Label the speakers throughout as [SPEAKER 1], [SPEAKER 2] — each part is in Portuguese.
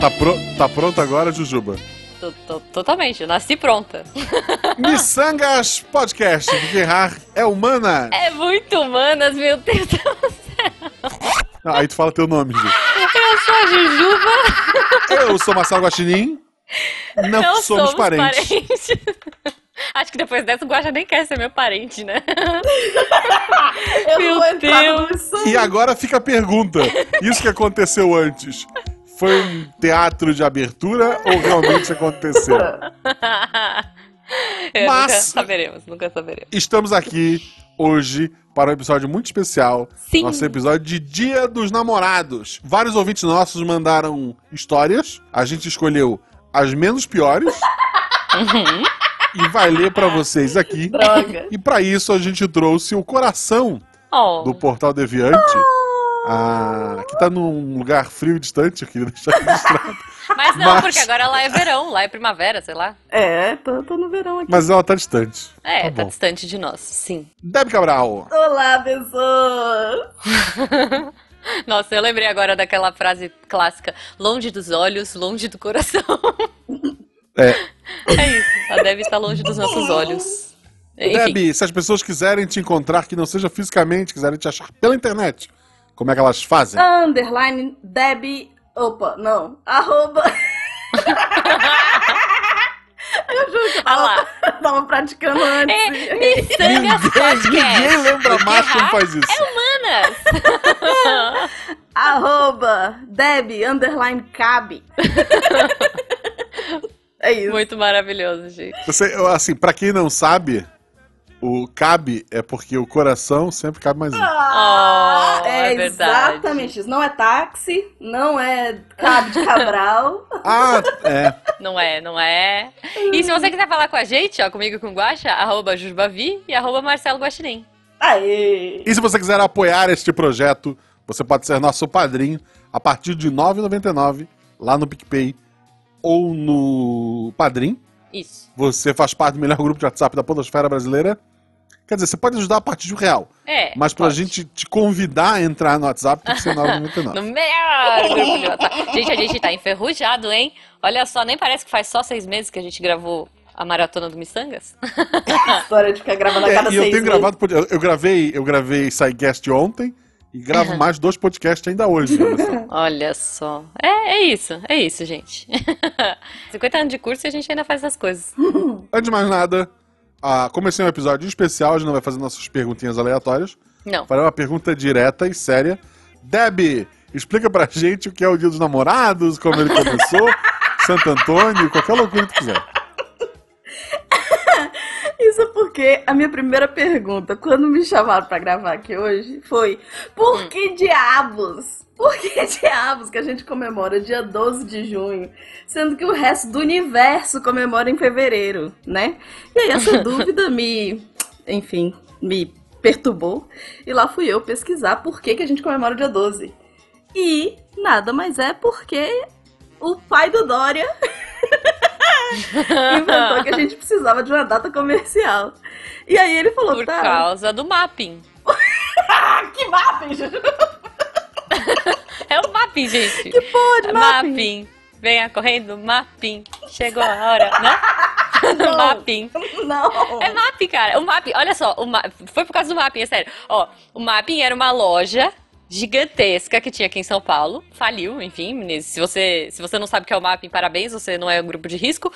[SPEAKER 1] Tá, pro... tá pronto agora, Jujuba?
[SPEAKER 2] Tô- tô- Totalmente, eu nasci pronta.
[SPEAKER 1] Missangas Podcast, porque errar é humana.
[SPEAKER 2] É muito humanas, meu Deus do céu.
[SPEAKER 1] Não, aí tu fala teu nome, Ju.
[SPEAKER 2] Eu sou a Jujuba,
[SPEAKER 1] Eu sou Marcelo Guaxinim. Não,
[SPEAKER 2] não
[SPEAKER 1] somos, parentes.
[SPEAKER 2] parentes. Acho que depois dessa o Guaxa nem quer ser meu parente, né?
[SPEAKER 3] Eu
[SPEAKER 2] Meu
[SPEAKER 3] não vou entrar
[SPEAKER 2] Deus.
[SPEAKER 3] nisso.
[SPEAKER 1] E agora fica a pergunta: isso que aconteceu antes foi um teatro de abertura ou realmente aconteceu?
[SPEAKER 2] Eu
[SPEAKER 1] Mas-
[SPEAKER 2] É, Nunca saberemos, nunca saberemos.
[SPEAKER 1] Estamos aqui hoje para um episódio muito especial.
[SPEAKER 2] Sim.
[SPEAKER 1] Nosso episódio de Dia dos Namorados. Vários ouvintes nossos mandaram histórias. A gente escolheu as menos piores. E vai ler para vocês aqui.
[SPEAKER 3] Droga.
[SPEAKER 1] E para isso a gente trouxe o coração
[SPEAKER 2] Oh,
[SPEAKER 1] do Portal Deviante. Ah, que tá num lugar frio e distante, eu queria deixar registrado.
[SPEAKER 2] mas não,
[SPEAKER 1] mas-
[SPEAKER 2] porque agora lá é verão, lá é primavera, sei lá.
[SPEAKER 3] É, tô, tô no verão aqui.
[SPEAKER 1] Mas ela tá distante.
[SPEAKER 2] É,
[SPEAKER 1] Tá
[SPEAKER 2] tá,
[SPEAKER 1] bom.
[SPEAKER 2] distante de nós, sim.
[SPEAKER 1] Deb Cabral.
[SPEAKER 3] Olá, pessoas!
[SPEAKER 2] Nossa, eu lembrei agora daquela frase clássica: longe dos olhos, longe do coração.
[SPEAKER 1] É.
[SPEAKER 2] É isso, a Debbie está longe dos nossos olhos. Enfim,
[SPEAKER 1] Deb, se as pessoas quiserem te encontrar, que não seja fisicamente, quiserem te achar pela internet, como é que elas fazem?
[SPEAKER 3] Underline Debbie. Opa, não. Arroba. Eu juro que eu
[SPEAKER 2] Ah
[SPEAKER 3] tava,
[SPEAKER 2] lá.
[SPEAKER 3] tava praticando antes.
[SPEAKER 2] É, Missangas
[SPEAKER 1] Ninguém
[SPEAKER 2] Podcast.
[SPEAKER 1] lembra mais um como faz
[SPEAKER 2] é
[SPEAKER 1] isso.
[SPEAKER 2] Manas.
[SPEAKER 3] Arroba Debbie Underline Cabe. é isso.
[SPEAKER 2] Muito maravilhoso, gente.
[SPEAKER 1] Você, eu, assim, pra quem não sabe, o cabe é porque o coração sempre cabe mais um.
[SPEAKER 3] Ah,
[SPEAKER 2] Oh, é verdade.
[SPEAKER 3] exatamente isso. Não é táxi, não é Cabe de Cabral.
[SPEAKER 1] Ah, é.
[SPEAKER 2] Não é, não é. E se você quiser falar com a gente, ó, comigo e com o Guaxa, arroba Jujubavi e arroba Marcelo Guaxinim.
[SPEAKER 3] Aê!
[SPEAKER 1] E se você quiser apoiar este projeto, você pode ser nosso padrinho a partir de R$ 9,99 lá no PicPay ou no Padrim.
[SPEAKER 2] Isso.
[SPEAKER 1] Você faz parte do melhor grupo de WhatsApp da Podosfera Brasileira. Quer dizer, você pode ajudar a partir de um real.
[SPEAKER 2] É.
[SPEAKER 1] Mas pra
[SPEAKER 2] pode.
[SPEAKER 1] gente te convidar a entrar no WhatsApp, tem que ser 9,99.
[SPEAKER 2] No melhor grupo de WhatsApp. Gente, a gente tá enferrujado, hein? Olha só, nem parece que faz só seis meses que a gente gravou a maratona do Missangas.
[SPEAKER 3] História de ficar gravando a
[SPEAKER 1] É,
[SPEAKER 3] cada
[SPEAKER 1] e
[SPEAKER 3] seis
[SPEAKER 1] eu tenho
[SPEAKER 3] meses.
[SPEAKER 1] gravado, pod- eu, eu gravei, eu gravei SciCast ontem e gravo mais dois podcasts ainda hoje. olha só.
[SPEAKER 2] Olha só. É, é isso, é isso, gente. 50 anos de curso e a gente ainda faz essas coisas.
[SPEAKER 1] Antes de mais nada, ah, comecei um episódio especial, a gente não vai fazer nossas perguntinhas aleatórias.
[SPEAKER 2] Não.
[SPEAKER 1] Farei uma pergunta direta e séria. Deb, explica pra gente o que é o Dia dos Namorados, como ele começou, Santo Antônio, qualquer loucura que tu quiser.
[SPEAKER 3] Isso porque a minha primeira pergunta, quando me chamaram pra gravar aqui hoje, foi: por que diabos? Por que diabos que a gente comemora dia 12 de junho, sendo que o resto do universo comemora em fevereiro, né? E aí essa dúvida me, enfim, me perturbou. E lá fui eu pesquisar por que, que a gente comemora o dia 12. E nada mais é porque o pai do Dória inventou que a gente precisava de uma data comercial. E aí ele falou,
[SPEAKER 2] Por
[SPEAKER 3] tá.
[SPEAKER 2] causa do mapping.
[SPEAKER 3] Ah, que mapping, Juju!
[SPEAKER 2] É o mapping, gente. É
[SPEAKER 3] Que porra de mapping!
[SPEAKER 2] mapping. Venha correndo, mapping. Chegou a hora, né?
[SPEAKER 3] Não.
[SPEAKER 2] mapping.
[SPEAKER 3] Não!
[SPEAKER 2] É mapping, cara. O mapping, olha só, o ma... foi por causa do mapping, é sério. Ó, o mapping era uma loja gigantesca que tinha aqui em São Paulo. Faliu, enfim, meninas. Se você, se você não sabe o que é o mapping, parabéns, você não é um grupo de risco.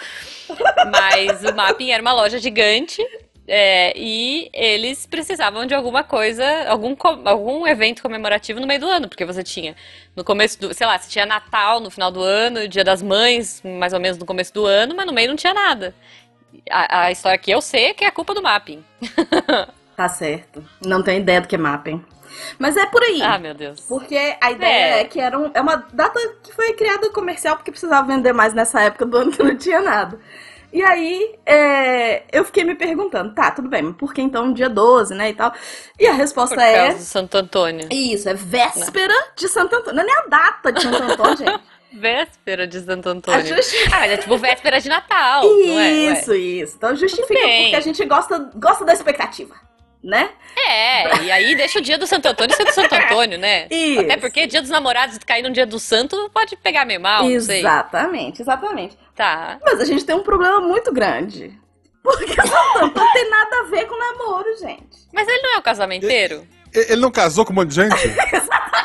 [SPEAKER 2] Mas o mapping era uma loja gigante. é, e eles precisavam de alguma coisa, algum, co- algum evento comemorativo no meio do ano, porque você tinha no começo do, sei lá, você tinha Natal no final do ano, Dia das Mães, mais ou menos no começo do ano, mas no meio não tinha nada. A, a história que eu sei é que é a culpa do mapping.
[SPEAKER 3] Tá certo. Não tenho ideia do que é mapping. Mas é por aí.
[SPEAKER 2] Ah, meu Deus.
[SPEAKER 3] Porque a ideia
[SPEAKER 2] É.
[SPEAKER 3] é, que era um- é uma data que foi criada comercial porque precisava vender mais nessa época do ano que não tinha nada. E aí, é, eu fiquei me perguntando, tá, tudo bem, mas por que então dia 12, né, e tal? E a resposta
[SPEAKER 2] Por
[SPEAKER 3] é...
[SPEAKER 2] causa do Santo Antônio.
[SPEAKER 3] Isso, é véspera de Santo Antônio. Não é nem a data de Santo Antônio, gente.
[SPEAKER 2] Véspera de Santo
[SPEAKER 3] A
[SPEAKER 2] Antônio.
[SPEAKER 3] gente
[SPEAKER 2] Ah, mas é tipo véspera de Natal, não é? Não é?
[SPEAKER 3] Isso, isso. Então justifica
[SPEAKER 2] Tudo bem.
[SPEAKER 3] porque a gente gosta, gosta da expectativa. né?
[SPEAKER 2] É, e aí deixa o dia do Santo Antônio ser do Santo Antônio, né?
[SPEAKER 3] Isso.
[SPEAKER 2] Até porque dia dos namorados cair no dia do santo pode pegar meio mal, não sei.
[SPEAKER 3] exatamente, exatamente.
[SPEAKER 2] Tá.
[SPEAKER 3] Mas a gente tem um problema muito grande. Porque o Santo Antônio tem nada a ver com namoro, gente.
[SPEAKER 2] Mas ele não é o casamenteiro?
[SPEAKER 1] E- Ele não casou com um monte de gente?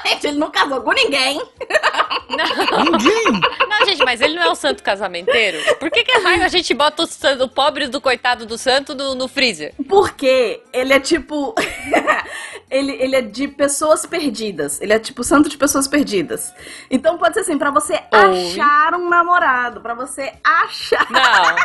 [SPEAKER 3] Gente, ele não casou com ninguém.
[SPEAKER 2] Não.
[SPEAKER 1] Ninguém!
[SPEAKER 2] Não, gente, mas ele não é o santo casamenteiro? Por que, que mais a gente bota o, san- o pobre do coitado do santo no, no freezer?
[SPEAKER 3] Porque ele é tipo. ele, ele é de pessoas perdidas. Ele é tipo santo de pessoas perdidas. Então pode ser assim, pra você
[SPEAKER 2] Oi.
[SPEAKER 3] achar um namorado, pra você achar.
[SPEAKER 2] Não,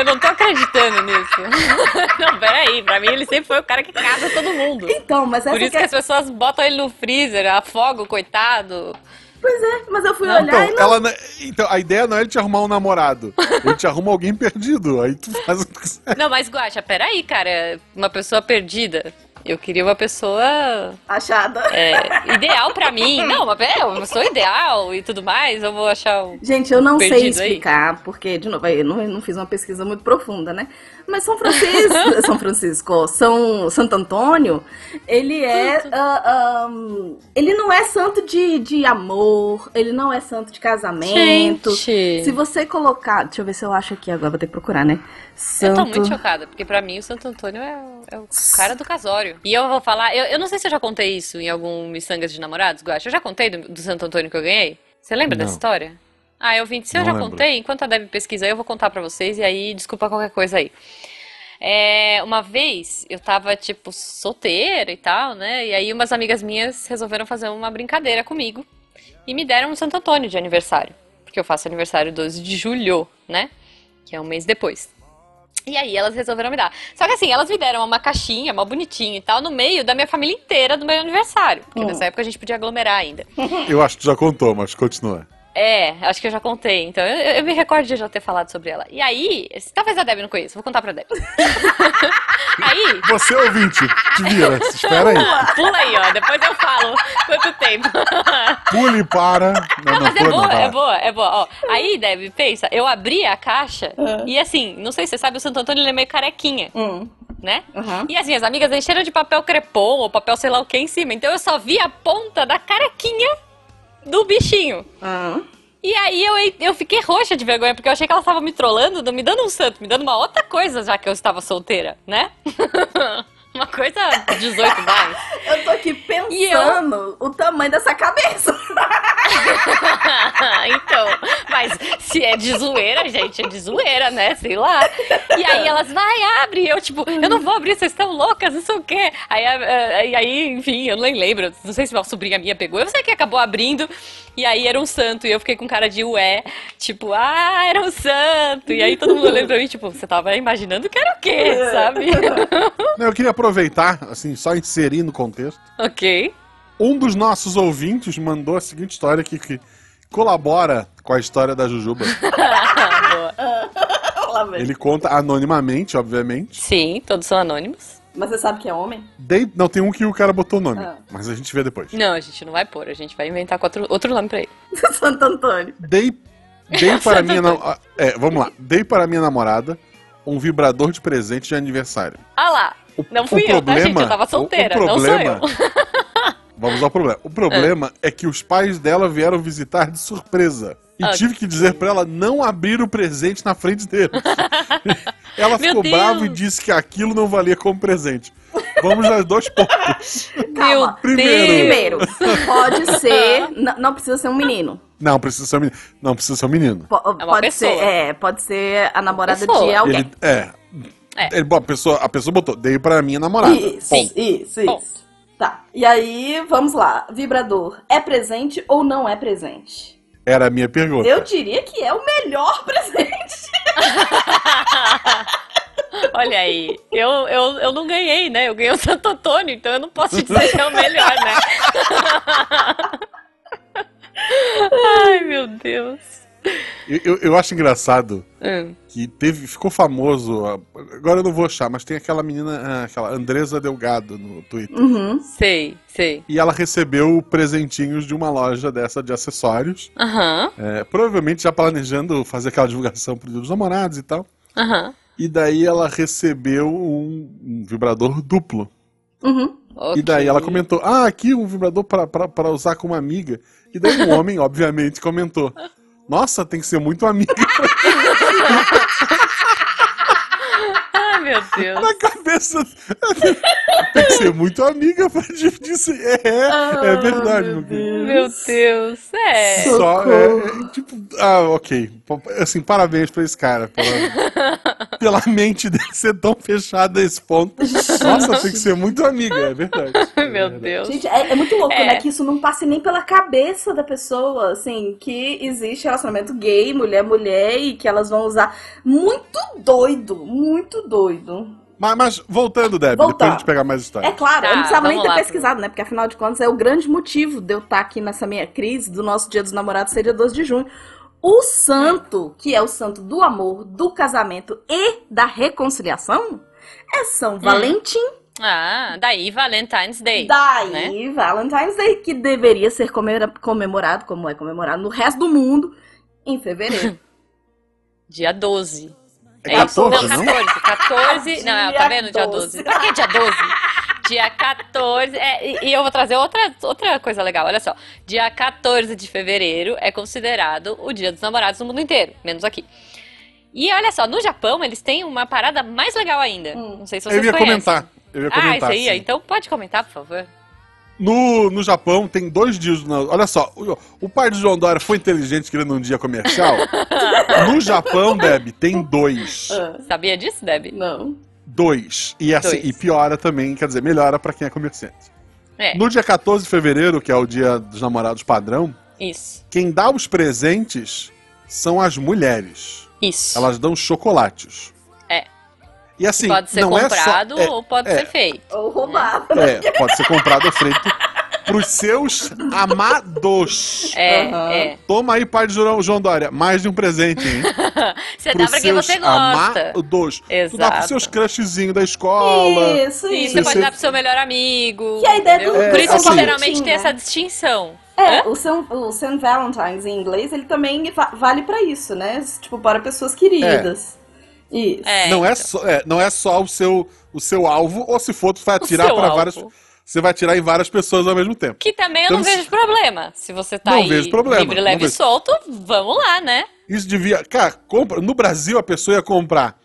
[SPEAKER 2] eu não tô acreditando nisso. Não, peraí, pra mim ele sempre foi o cara que casa todo mundo.
[SPEAKER 3] Então, mas essa
[SPEAKER 2] Por isso
[SPEAKER 3] que
[SPEAKER 2] que
[SPEAKER 3] é...
[SPEAKER 2] as pessoas botam ele no freezer, afoga o coitado.
[SPEAKER 3] Pois é, mas eu fui
[SPEAKER 2] Não,
[SPEAKER 3] olhar
[SPEAKER 1] Então,
[SPEAKER 3] e não.
[SPEAKER 1] ela, não- então, a ideia não é ele te arrumar um namorado. Ele te arruma alguém perdido. Aí tu faz o que quiser.
[SPEAKER 2] Não, mas Guaxa, peraí, cara. Uma pessoa perdida. Eu queria uma pessoa
[SPEAKER 3] Achada.
[SPEAKER 2] é, ideal pra mim. Não, uma, é, uma pessoa ideal e tudo mais. Eu vou achar um.
[SPEAKER 3] Gente, eu não sei
[SPEAKER 2] Perdido aí.
[SPEAKER 3] explicar, porque, de novo, aí eu não, eu não fiz uma pesquisa muito profunda, né? Mas São Francisco, São Francisco, São Santo Antônio, ele é. ah, ahn, ele não é santo de, de amor, ele não é santo de casamento.
[SPEAKER 2] Gente.
[SPEAKER 3] Se você colocar. Deixa eu ver se eu acho aqui agora, vou ter que procurar, né?
[SPEAKER 2] Eu
[SPEAKER 3] Santo.
[SPEAKER 2] tô muito chocada, porque pra mim o Santo Antônio é, o- é o cara do casório. E eu vou falar, eu, eu não sei se eu já contei isso em algum Missangas de Namorados, Guacha. Eu já contei do, do Santo Antônio que eu ganhei? Você lembra
[SPEAKER 1] Não.
[SPEAKER 2] dessa história? Ah, eu vim. Se eu
[SPEAKER 1] Não
[SPEAKER 2] já
[SPEAKER 1] lembro.
[SPEAKER 2] contei, Então enquanto a Deb pesquisa, eu vou contar pra vocês e aí desculpa qualquer coisa aí. É, uma vez eu tava, tipo, solteira e tal, né? E aí umas amigas minhas resolveram fazer uma brincadeira comigo e me deram um Santo Antônio de aniversário. Porque eu faço aniversário 12 de julho, né? Que é um mês depois. E aí elas resolveram me dar. Só que assim, elas me deram uma caixinha, uma bonitinha e tal, no meio da minha família inteira do meu aniversário. Porque
[SPEAKER 3] Hum.
[SPEAKER 2] nessa época a gente podia aglomerar ainda.
[SPEAKER 1] Eu acho que tu já contou, mas continua.
[SPEAKER 2] É, acho que eu já contei, então eu, eu me recordo de já ter falado sobre ela. E aí, talvez a Deb não conheça, vou contar pra Deb. aí,
[SPEAKER 1] Você, ouvinte, te vira. se Espera aí.
[SPEAKER 2] pula aí, ó, depois eu falo quanto tempo.
[SPEAKER 1] Pule e para. Não, não,
[SPEAKER 2] Mas é
[SPEAKER 1] pula, não,
[SPEAKER 2] boa,
[SPEAKER 1] vai.
[SPEAKER 2] é boa, é boa. Ó, aí, Deb, pensa, eu abri a caixa e assim, não sei se você sabe, o Santo Antônio ele é meio carequinha,
[SPEAKER 3] Hum,
[SPEAKER 2] né?
[SPEAKER 3] uhum.
[SPEAKER 2] E as minhas amigas encheram de papel crepom ou papel sei lá o que em cima. Então eu só vi a ponta da carequinha do bichinho.
[SPEAKER 3] Uhum.
[SPEAKER 2] E aí eu, eu fiquei roxa de vergonha, porque eu achei que ela estava me trollando, me dando um santo, me dando uma outra coisa, já que eu estava solteira, né? uma coisa 18 mais.
[SPEAKER 3] Eu tô aqui
[SPEAKER 2] E
[SPEAKER 3] pensando o tamanho dessa cabeça.
[SPEAKER 2] então, mas se é de zoeira, gente, é de zoeira, né? Sei lá. E aí elas, vai, abre. E eu, tipo, eu não vou abrir, vocês estão loucas, não sei o quê. Aí, a- a- e aí, enfim, eu nem lembro. Não sei se uma sobrinha minha pegou. Eu sei que acabou abrindo. E aí era um santo. E eu fiquei com cara de ué. Tipo, ah, era um santo. E aí todo mundo olhando pra mim, tipo, você tava imaginando que era o quê, sabe?
[SPEAKER 1] Não, eu queria aproveitar, assim, só inserir no contexto.
[SPEAKER 2] ok.
[SPEAKER 1] Um dos nossos ouvintes mandou a seguinte história aqui, que colabora com a história da Jujuba.
[SPEAKER 2] Boa.
[SPEAKER 3] Lá vem.
[SPEAKER 1] Ele conta anonimamente, obviamente.
[SPEAKER 2] Sim, todos são anônimos.
[SPEAKER 3] Mas você sabe que é homem?
[SPEAKER 1] Dei- Não, tem um que o cara botou o nome,
[SPEAKER 3] Ah.
[SPEAKER 1] mas a gente vê depois.
[SPEAKER 2] Não, a gente não vai pôr, a gente vai inventar com outro, outro nome pra ele.
[SPEAKER 3] Santo Antônio.
[SPEAKER 1] Dei, dei para
[SPEAKER 2] Santo
[SPEAKER 1] minha nam- ah, é, vamos lá. Dei para minha namorada um vibrador de presente de aniversário.
[SPEAKER 2] Ah lá,
[SPEAKER 1] O-
[SPEAKER 2] não
[SPEAKER 1] o
[SPEAKER 2] fui eu, tá, gente?
[SPEAKER 1] problema-
[SPEAKER 2] Eu tava solteira,
[SPEAKER 1] o- o
[SPEAKER 2] não sou eu. Ah.
[SPEAKER 1] Vamos ao problema. O problema é que os pais dela vieram visitar de surpresa. E
[SPEAKER 2] Ok.
[SPEAKER 1] tive que dizer pra ela não abrir o presente na frente deles. ela
[SPEAKER 2] Meu
[SPEAKER 1] ficou
[SPEAKER 2] Deus.
[SPEAKER 1] brava e disse que aquilo não valia como presente. Vamos nas dois pontos.
[SPEAKER 3] Calma.
[SPEAKER 2] Meu
[SPEAKER 1] Primeiro.
[SPEAKER 2] Deus.
[SPEAKER 3] Primeiro, pode ser. n- Não precisa ser um menino.
[SPEAKER 1] Não, precisa ser um menino. Não, precisa ser um menino.
[SPEAKER 3] Po- pode ser,
[SPEAKER 2] pessoa.
[SPEAKER 3] é, pode ser a namorada
[SPEAKER 2] pessoa.
[SPEAKER 3] de alguém.
[SPEAKER 1] Ele, é.
[SPEAKER 2] É.
[SPEAKER 1] Ele- bom, a, pessoa, a pessoa botou, dei pra minha namorada.
[SPEAKER 3] Isso,
[SPEAKER 1] tá Ponto.
[SPEAKER 3] isso,
[SPEAKER 2] Ponto.
[SPEAKER 3] isso. Tá. E aí, vamos lá. Vibrador, é presente ou não é presente?
[SPEAKER 1] Era a minha pergunta.
[SPEAKER 3] Eu diria que é o melhor presente.
[SPEAKER 2] Olha aí, eu, eu, eu não ganhei, né? Eu ganhei o Santo Antônio, então eu não posso te dizer que é o melhor, né? Ai, meu Deus.
[SPEAKER 1] Eu, eu- eu acho engraçado
[SPEAKER 2] Hum.
[SPEAKER 1] que teve, ficou famoso. a- Agora eu não vou achar, mas tem aquela menina, ah, aquela Andresa Delgado no Twitter.
[SPEAKER 3] Uhum.
[SPEAKER 2] Sei, sei.
[SPEAKER 1] E ela recebeu presentinhos de uma loja dessa de acessórios.
[SPEAKER 2] Aham,
[SPEAKER 1] é, provavelmente já planejando fazer aquela divulgação pro Dia dos namorados e tal.
[SPEAKER 2] aham.
[SPEAKER 1] E daí ela recebeu um, um vibrador duplo.
[SPEAKER 3] Uhum.
[SPEAKER 1] E daí ela comentou: Ah, aqui um vibrador pra, pra, pra usar com uma amiga. E daí um homem, obviamente, comentou: Nossa, tem que ser muito amiga.
[SPEAKER 2] Ai, meu Deus.
[SPEAKER 1] Na cabeça. tem que ser muito amiga pra dividir isso. É, é, é verdade, meu querido.
[SPEAKER 2] Ah, Meu Deus. É.
[SPEAKER 1] Só,
[SPEAKER 3] Socorro.
[SPEAKER 1] é, é, tipo, ah, ok. P- Assim, parabéns pra esse cara. Pela, pela mente dele ser tão fechada a esse ponto. Nossa, tem que ser muito amiga, é verdade. É
[SPEAKER 2] Meu
[SPEAKER 1] verdade.
[SPEAKER 2] Deus.
[SPEAKER 3] Gente, é, é muito louco,
[SPEAKER 2] É.
[SPEAKER 3] né? Que isso não passe nem pela cabeça da pessoa, assim, que existe relacionamento gay, mulher, mulher, e que elas vão usar. Muito doido, muito doido.
[SPEAKER 1] Mas, mas voltando, Deb,
[SPEAKER 3] Voltar.
[SPEAKER 1] depois a gente pegar mais história.
[SPEAKER 3] É claro, eu
[SPEAKER 2] Tá,
[SPEAKER 3] não precisava nem
[SPEAKER 2] vamos
[SPEAKER 3] ter
[SPEAKER 2] lá,
[SPEAKER 3] pesquisado, né? Porque afinal de contas é o grande motivo de eu estar aqui nessa minha crise do nosso Dia dos Namorados ser dia 12 de junho. O santo, que é o santo do amor, do casamento e da reconciliação, é
[SPEAKER 2] Hum,
[SPEAKER 3] São Valentim.
[SPEAKER 2] Ah, daí Valentine's Day.
[SPEAKER 3] Daí,
[SPEAKER 2] né?
[SPEAKER 3] Valentine's Day, que deveria ser comera- comemorado, como é comemorado no resto do mundo, em fevereiro.
[SPEAKER 2] Dia 12.
[SPEAKER 1] É
[SPEAKER 2] isso?
[SPEAKER 1] 14, não?
[SPEAKER 2] não, 14. 14. Não,
[SPEAKER 3] Dia
[SPEAKER 2] tá vendo? Dia 12.
[SPEAKER 3] 12.
[SPEAKER 2] Pra que dia 12? Dia 14. É, e- e eu vou trazer outra, outra coisa legal. Olha só. Dia 14 de fevereiro é considerado o Dia dos Namorados no mundo inteiro, menos aqui. E olha só, no Japão eles têm uma parada mais legal ainda.
[SPEAKER 3] Hum.
[SPEAKER 2] Não sei se vocês
[SPEAKER 1] Eu ia
[SPEAKER 2] conhecem.
[SPEAKER 1] comentar. Eu ia
[SPEAKER 2] Ah, isso
[SPEAKER 1] comentar.
[SPEAKER 2] aí.
[SPEAKER 1] sim.
[SPEAKER 2] Então pode comentar, por favor.
[SPEAKER 1] No, no Japão tem dois dias. na- olha só, o, o pai de João Dória foi inteligente querendo um dia comercial. no Japão, Deb, tem dois.
[SPEAKER 3] Ah,
[SPEAKER 2] Sabia disso, Debbie?
[SPEAKER 3] não.
[SPEAKER 1] Dois. E, assim,
[SPEAKER 2] Dois.
[SPEAKER 1] e piora também, quer dizer, melhora pra quem é comerciante.
[SPEAKER 2] É,
[SPEAKER 1] No dia 14 de fevereiro, que é o dia dos namorados padrão,
[SPEAKER 2] isso.
[SPEAKER 1] quem dá os presentes são as mulheres.
[SPEAKER 2] Isso.
[SPEAKER 1] Elas dão chocolates.
[SPEAKER 2] É.
[SPEAKER 1] E assim,
[SPEAKER 2] pode ser
[SPEAKER 1] não
[SPEAKER 2] comprado
[SPEAKER 1] é só...
[SPEAKER 2] ou pode
[SPEAKER 1] é.
[SPEAKER 2] ser feito.
[SPEAKER 3] Ou roubado.
[SPEAKER 1] É, é, pode ser comprado ou feito pros seus amados.
[SPEAKER 2] É,
[SPEAKER 3] Aham.
[SPEAKER 2] é.
[SPEAKER 1] Toma aí, pai de João, João Dória, mais de um presente, hein?
[SPEAKER 2] Você dá
[SPEAKER 1] Pros
[SPEAKER 2] pra quem
[SPEAKER 1] seus
[SPEAKER 2] você gosta.
[SPEAKER 1] amados. Tu dá pros
[SPEAKER 2] Exato.
[SPEAKER 1] seus crushzinhos da escola.
[SPEAKER 3] Isso,
[SPEAKER 2] Sim,
[SPEAKER 3] isso.
[SPEAKER 2] você pode
[SPEAKER 1] Você-
[SPEAKER 2] dar pro seu melhor amigo.
[SPEAKER 3] Que a ideia do-
[SPEAKER 2] entendeu?
[SPEAKER 1] É,
[SPEAKER 2] Por isso
[SPEAKER 1] assim-
[SPEAKER 2] que geralmente tem
[SPEAKER 3] né?
[SPEAKER 2] essa distinção.
[SPEAKER 3] É, o San, o San Valentine's em inglês, ele também va- vale pra isso, né? Tipo, para pessoas queridas. Isso.
[SPEAKER 2] É,
[SPEAKER 1] não, é
[SPEAKER 2] então.
[SPEAKER 1] só, é, não é só o seu, o seu alvo, ou se for, tu vai
[SPEAKER 2] O
[SPEAKER 1] atirar
[SPEAKER 2] seu
[SPEAKER 1] para
[SPEAKER 2] alvo.
[SPEAKER 1] várias. Você vai atirar em várias pessoas ao mesmo tempo.
[SPEAKER 2] Que também eu não
[SPEAKER 1] Então, se-
[SPEAKER 2] vejo problema. Se você tá
[SPEAKER 1] Não
[SPEAKER 2] aí
[SPEAKER 1] vejo problema,
[SPEAKER 2] livre,
[SPEAKER 1] não
[SPEAKER 2] leve e
[SPEAKER 1] vejo.
[SPEAKER 2] solto, vamos lá, né?
[SPEAKER 1] Isso devia. Cara, compra. No Brasil, a pessoa ia comprar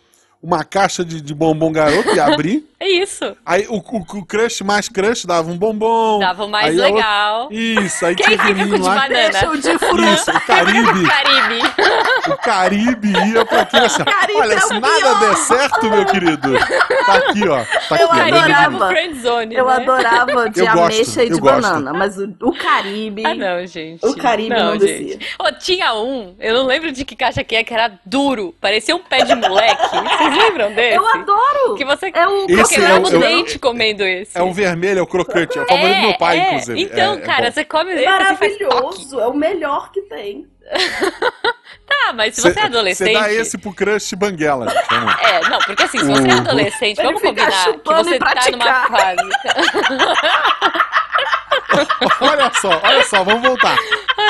[SPEAKER 1] uma caixa de, de bombom garoto e abrir.
[SPEAKER 2] É isso.
[SPEAKER 1] aí o, o, o crush mais crush dava um bombom.
[SPEAKER 2] Dava o mais
[SPEAKER 1] aí a outra-
[SPEAKER 2] legal.
[SPEAKER 1] Isso, aí
[SPEAKER 2] Quem
[SPEAKER 1] tinha
[SPEAKER 2] fica com o
[SPEAKER 1] menino
[SPEAKER 2] de
[SPEAKER 1] lá.
[SPEAKER 2] banana?
[SPEAKER 3] Deixa o de fru-
[SPEAKER 1] É, Isso, o Caribe,
[SPEAKER 2] Caribe.
[SPEAKER 1] o Caribe ia pra aqui assim, ó.
[SPEAKER 3] Caribe
[SPEAKER 1] Olha,
[SPEAKER 3] é o
[SPEAKER 1] se nada der certo, meu querido, tá aqui, ó. Tá aqui,
[SPEAKER 3] Eu
[SPEAKER 1] ó,
[SPEAKER 2] Caribe
[SPEAKER 1] lembra de
[SPEAKER 3] adorava.
[SPEAKER 1] mim.
[SPEAKER 2] tipo friendzone,
[SPEAKER 3] Eu
[SPEAKER 2] né?
[SPEAKER 3] adorava de
[SPEAKER 1] Eu gosto,
[SPEAKER 3] ameixa e
[SPEAKER 1] eu
[SPEAKER 3] de
[SPEAKER 1] gosto.
[SPEAKER 3] banana, mas o, o Caribe.
[SPEAKER 2] Ah, não, gente.
[SPEAKER 3] O Caribe não descia.
[SPEAKER 2] gente. Ô, tinha um, eu não lembro de que caixa que é, que era duro. Parecia um pé de moleque. Vocês lembram desse?
[SPEAKER 3] Eu adoro!
[SPEAKER 2] Que você
[SPEAKER 3] É o
[SPEAKER 1] Esse
[SPEAKER 2] quebrava
[SPEAKER 1] é
[SPEAKER 2] o
[SPEAKER 1] o-
[SPEAKER 2] dente comendo esse.
[SPEAKER 1] É o vermelho, é o crocante, é o favorito do meu pai,
[SPEAKER 2] é.
[SPEAKER 1] inclusive.
[SPEAKER 2] Então,
[SPEAKER 1] É- é
[SPEAKER 2] cara,
[SPEAKER 1] bom.
[SPEAKER 2] você come ele Faz... toque.
[SPEAKER 3] maravilhoso, é o melhor que tem.
[SPEAKER 2] Tá, mas se você é adolescente.
[SPEAKER 1] Você dá esse pro crush banguela. gente, vamos lá.
[SPEAKER 2] É, não, porque assim, se você é
[SPEAKER 1] Uhum.
[SPEAKER 2] adolescente,
[SPEAKER 3] Ele
[SPEAKER 2] vamos
[SPEAKER 3] fica
[SPEAKER 2] combinar que
[SPEAKER 3] chupando
[SPEAKER 2] você
[SPEAKER 3] e
[SPEAKER 2] tá numa fase.
[SPEAKER 1] olha só, olha só, vamos voltar.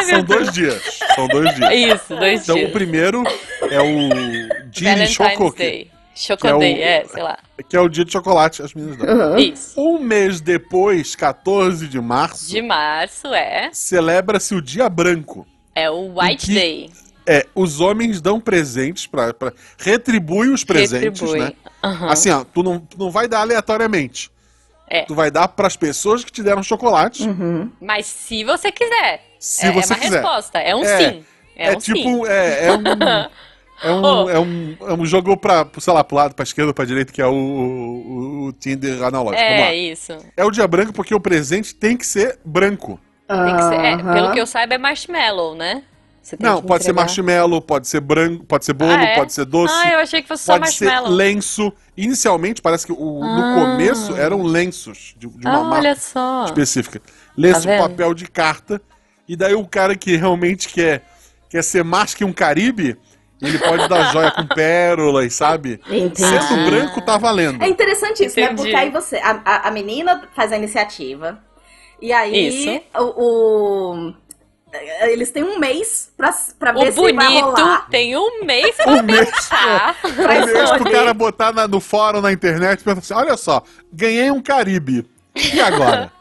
[SPEAKER 1] São dois dias. São dois
[SPEAKER 2] É
[SPEAKER 1] dias.
[SPEAKER 2] Isso, dois
[SPEAKER 1] Então, o
[SPEAKER 2] dias.
[SPEAKER 1] primeiro é o dia de
[SPEAKER 2] Valentine's
[SPEAKER 1] chocolate,
[SPEAKER 2] Day. Chocodei,
[SPEAKER 1] Que é
[SPEAKER 2] é,
[SPEAKER 1] o-
[SPEAKER 2] sei lá.
[SPEAKER 1] que é o dia de chocolate, as meninas dão.
[SPEAKER 2] Isso.
[SPEAKER 1] Um mês depois, 14 de março,
[SPEAKER 2] De março é,
[SPEAKER 1] celebra-se o Dia Branco.
[SPEAKER 2] é o White
[SPEAKER 1] que
[SPEAKER 2] Day.
[SPEAKER 1] É, os homens dão presentes para retribui os presentes,
[SPEAKER 2] Retribui.
[SPEAKER 1] né?
[SPEAKER 2] Aham.
[SPEAKER 1] Assim, ó, tu não, tu não vai dar aleatoriamente.
[SPEAKER 2] É.
[SPEAKER 1] Tu vai dar pras pessoas que te deram chocolate,
[SPEAKER 2] Mas se você quiser.
[SPEAKER 1] se
[SPEAKER 2] é,
[SPEAKER 1] você
[SPEAKER 2] é uma
[SPEAKER 1] quiser.
[SPEAKER 2] resposta, é um
[SPEAKER 1] É,
[SPEAKER 2] sim. É,
[SPEAKER 1] É,
[SPEAKER 2] um
[SPEAKER 1] tipo,
[SPEAKER 2] sim.
[SPEAKER 1] É, é um. É um,
[SPEAKER 2] Ô.
[SPEAKER 1] é, um, é um jogo pra, pro, sei lá, pro lado, pra esquerda, pra direita, que é o, o, o Tinder analógico. Vamos
[SPEAKER 2] É
[SPEAKER 1] lá.
[SPEAKER 2] isso.
[SPEAKER 1] É o dia branco porque o presente tem que ser branco.
[SPEAKER 2] Tem que ser- é, pelo que
[SPEAKER 3] eu
[SPEAKER 2] eu saiba, é marshmallow, né? Você tem
[SPEAKER 1] Não,
[SPEAKER 2] que
[SPEAKER 1] pode ser
[SPEAKER 2] entregar.
[SPEAKER 1] marshmallow, pode ser branco, pode ser bolo,
[SPEAKER 2] Ah, é?
[SPEAKER 1] pode ser doce,
[SPEAKER 2] Ah, eu achei que fosse só
[SPEAKER 1] pode ser
[SPEAKER 2] marshmallow.
[SPEAKER 1] lenço. Inicialmente, parece que o,
[SPEAKER 2] Ah.
[SPEAKER 1] no começo eram lenços de, de uma
[SPEAKER 2] Ah,
[SPEAKER 1] marca
[SPEAKER 2] olha só.
[SPEAKER 1] específica. Lenço,
[SPEAKER 2] Tá vendo?
[SPEAKER 1] papel de carta. E daí o cara que realmente quer, quer ser mais que um Caribe, ele pode dar joia com pérolas, sabe? Sendo
[SPEAKER 2] Ah.
[SPEAKER 1] branco, tá valendo.
[SPEAKER 3] É interessante isso, né?
[SPEAKER 2] Entendi.
[SPEAKER 3] Porque aí você. A, a- a menina faz a iniciativa. E aí
[SPEAKER 2] Isso.
[SPEAKER 3] o. o- eles têm um mês pra, pra
[SPEAKER 2] O
[SPEAKER 3] ver se vai rolar.
[SPEAKER 2] bonito tem um mês pra
[SPEAKER 1] O mês,
[SPEAKER 2] tá.
[SPEAKER 3] Ah,
[SPEAKER 1] o mês pro
[SPEAKER 3] escolher.
[SPEAKER 1] cara botar na- no fórum, na internet, e perguntar assim, olha só, ganhei um Caribe. E agora?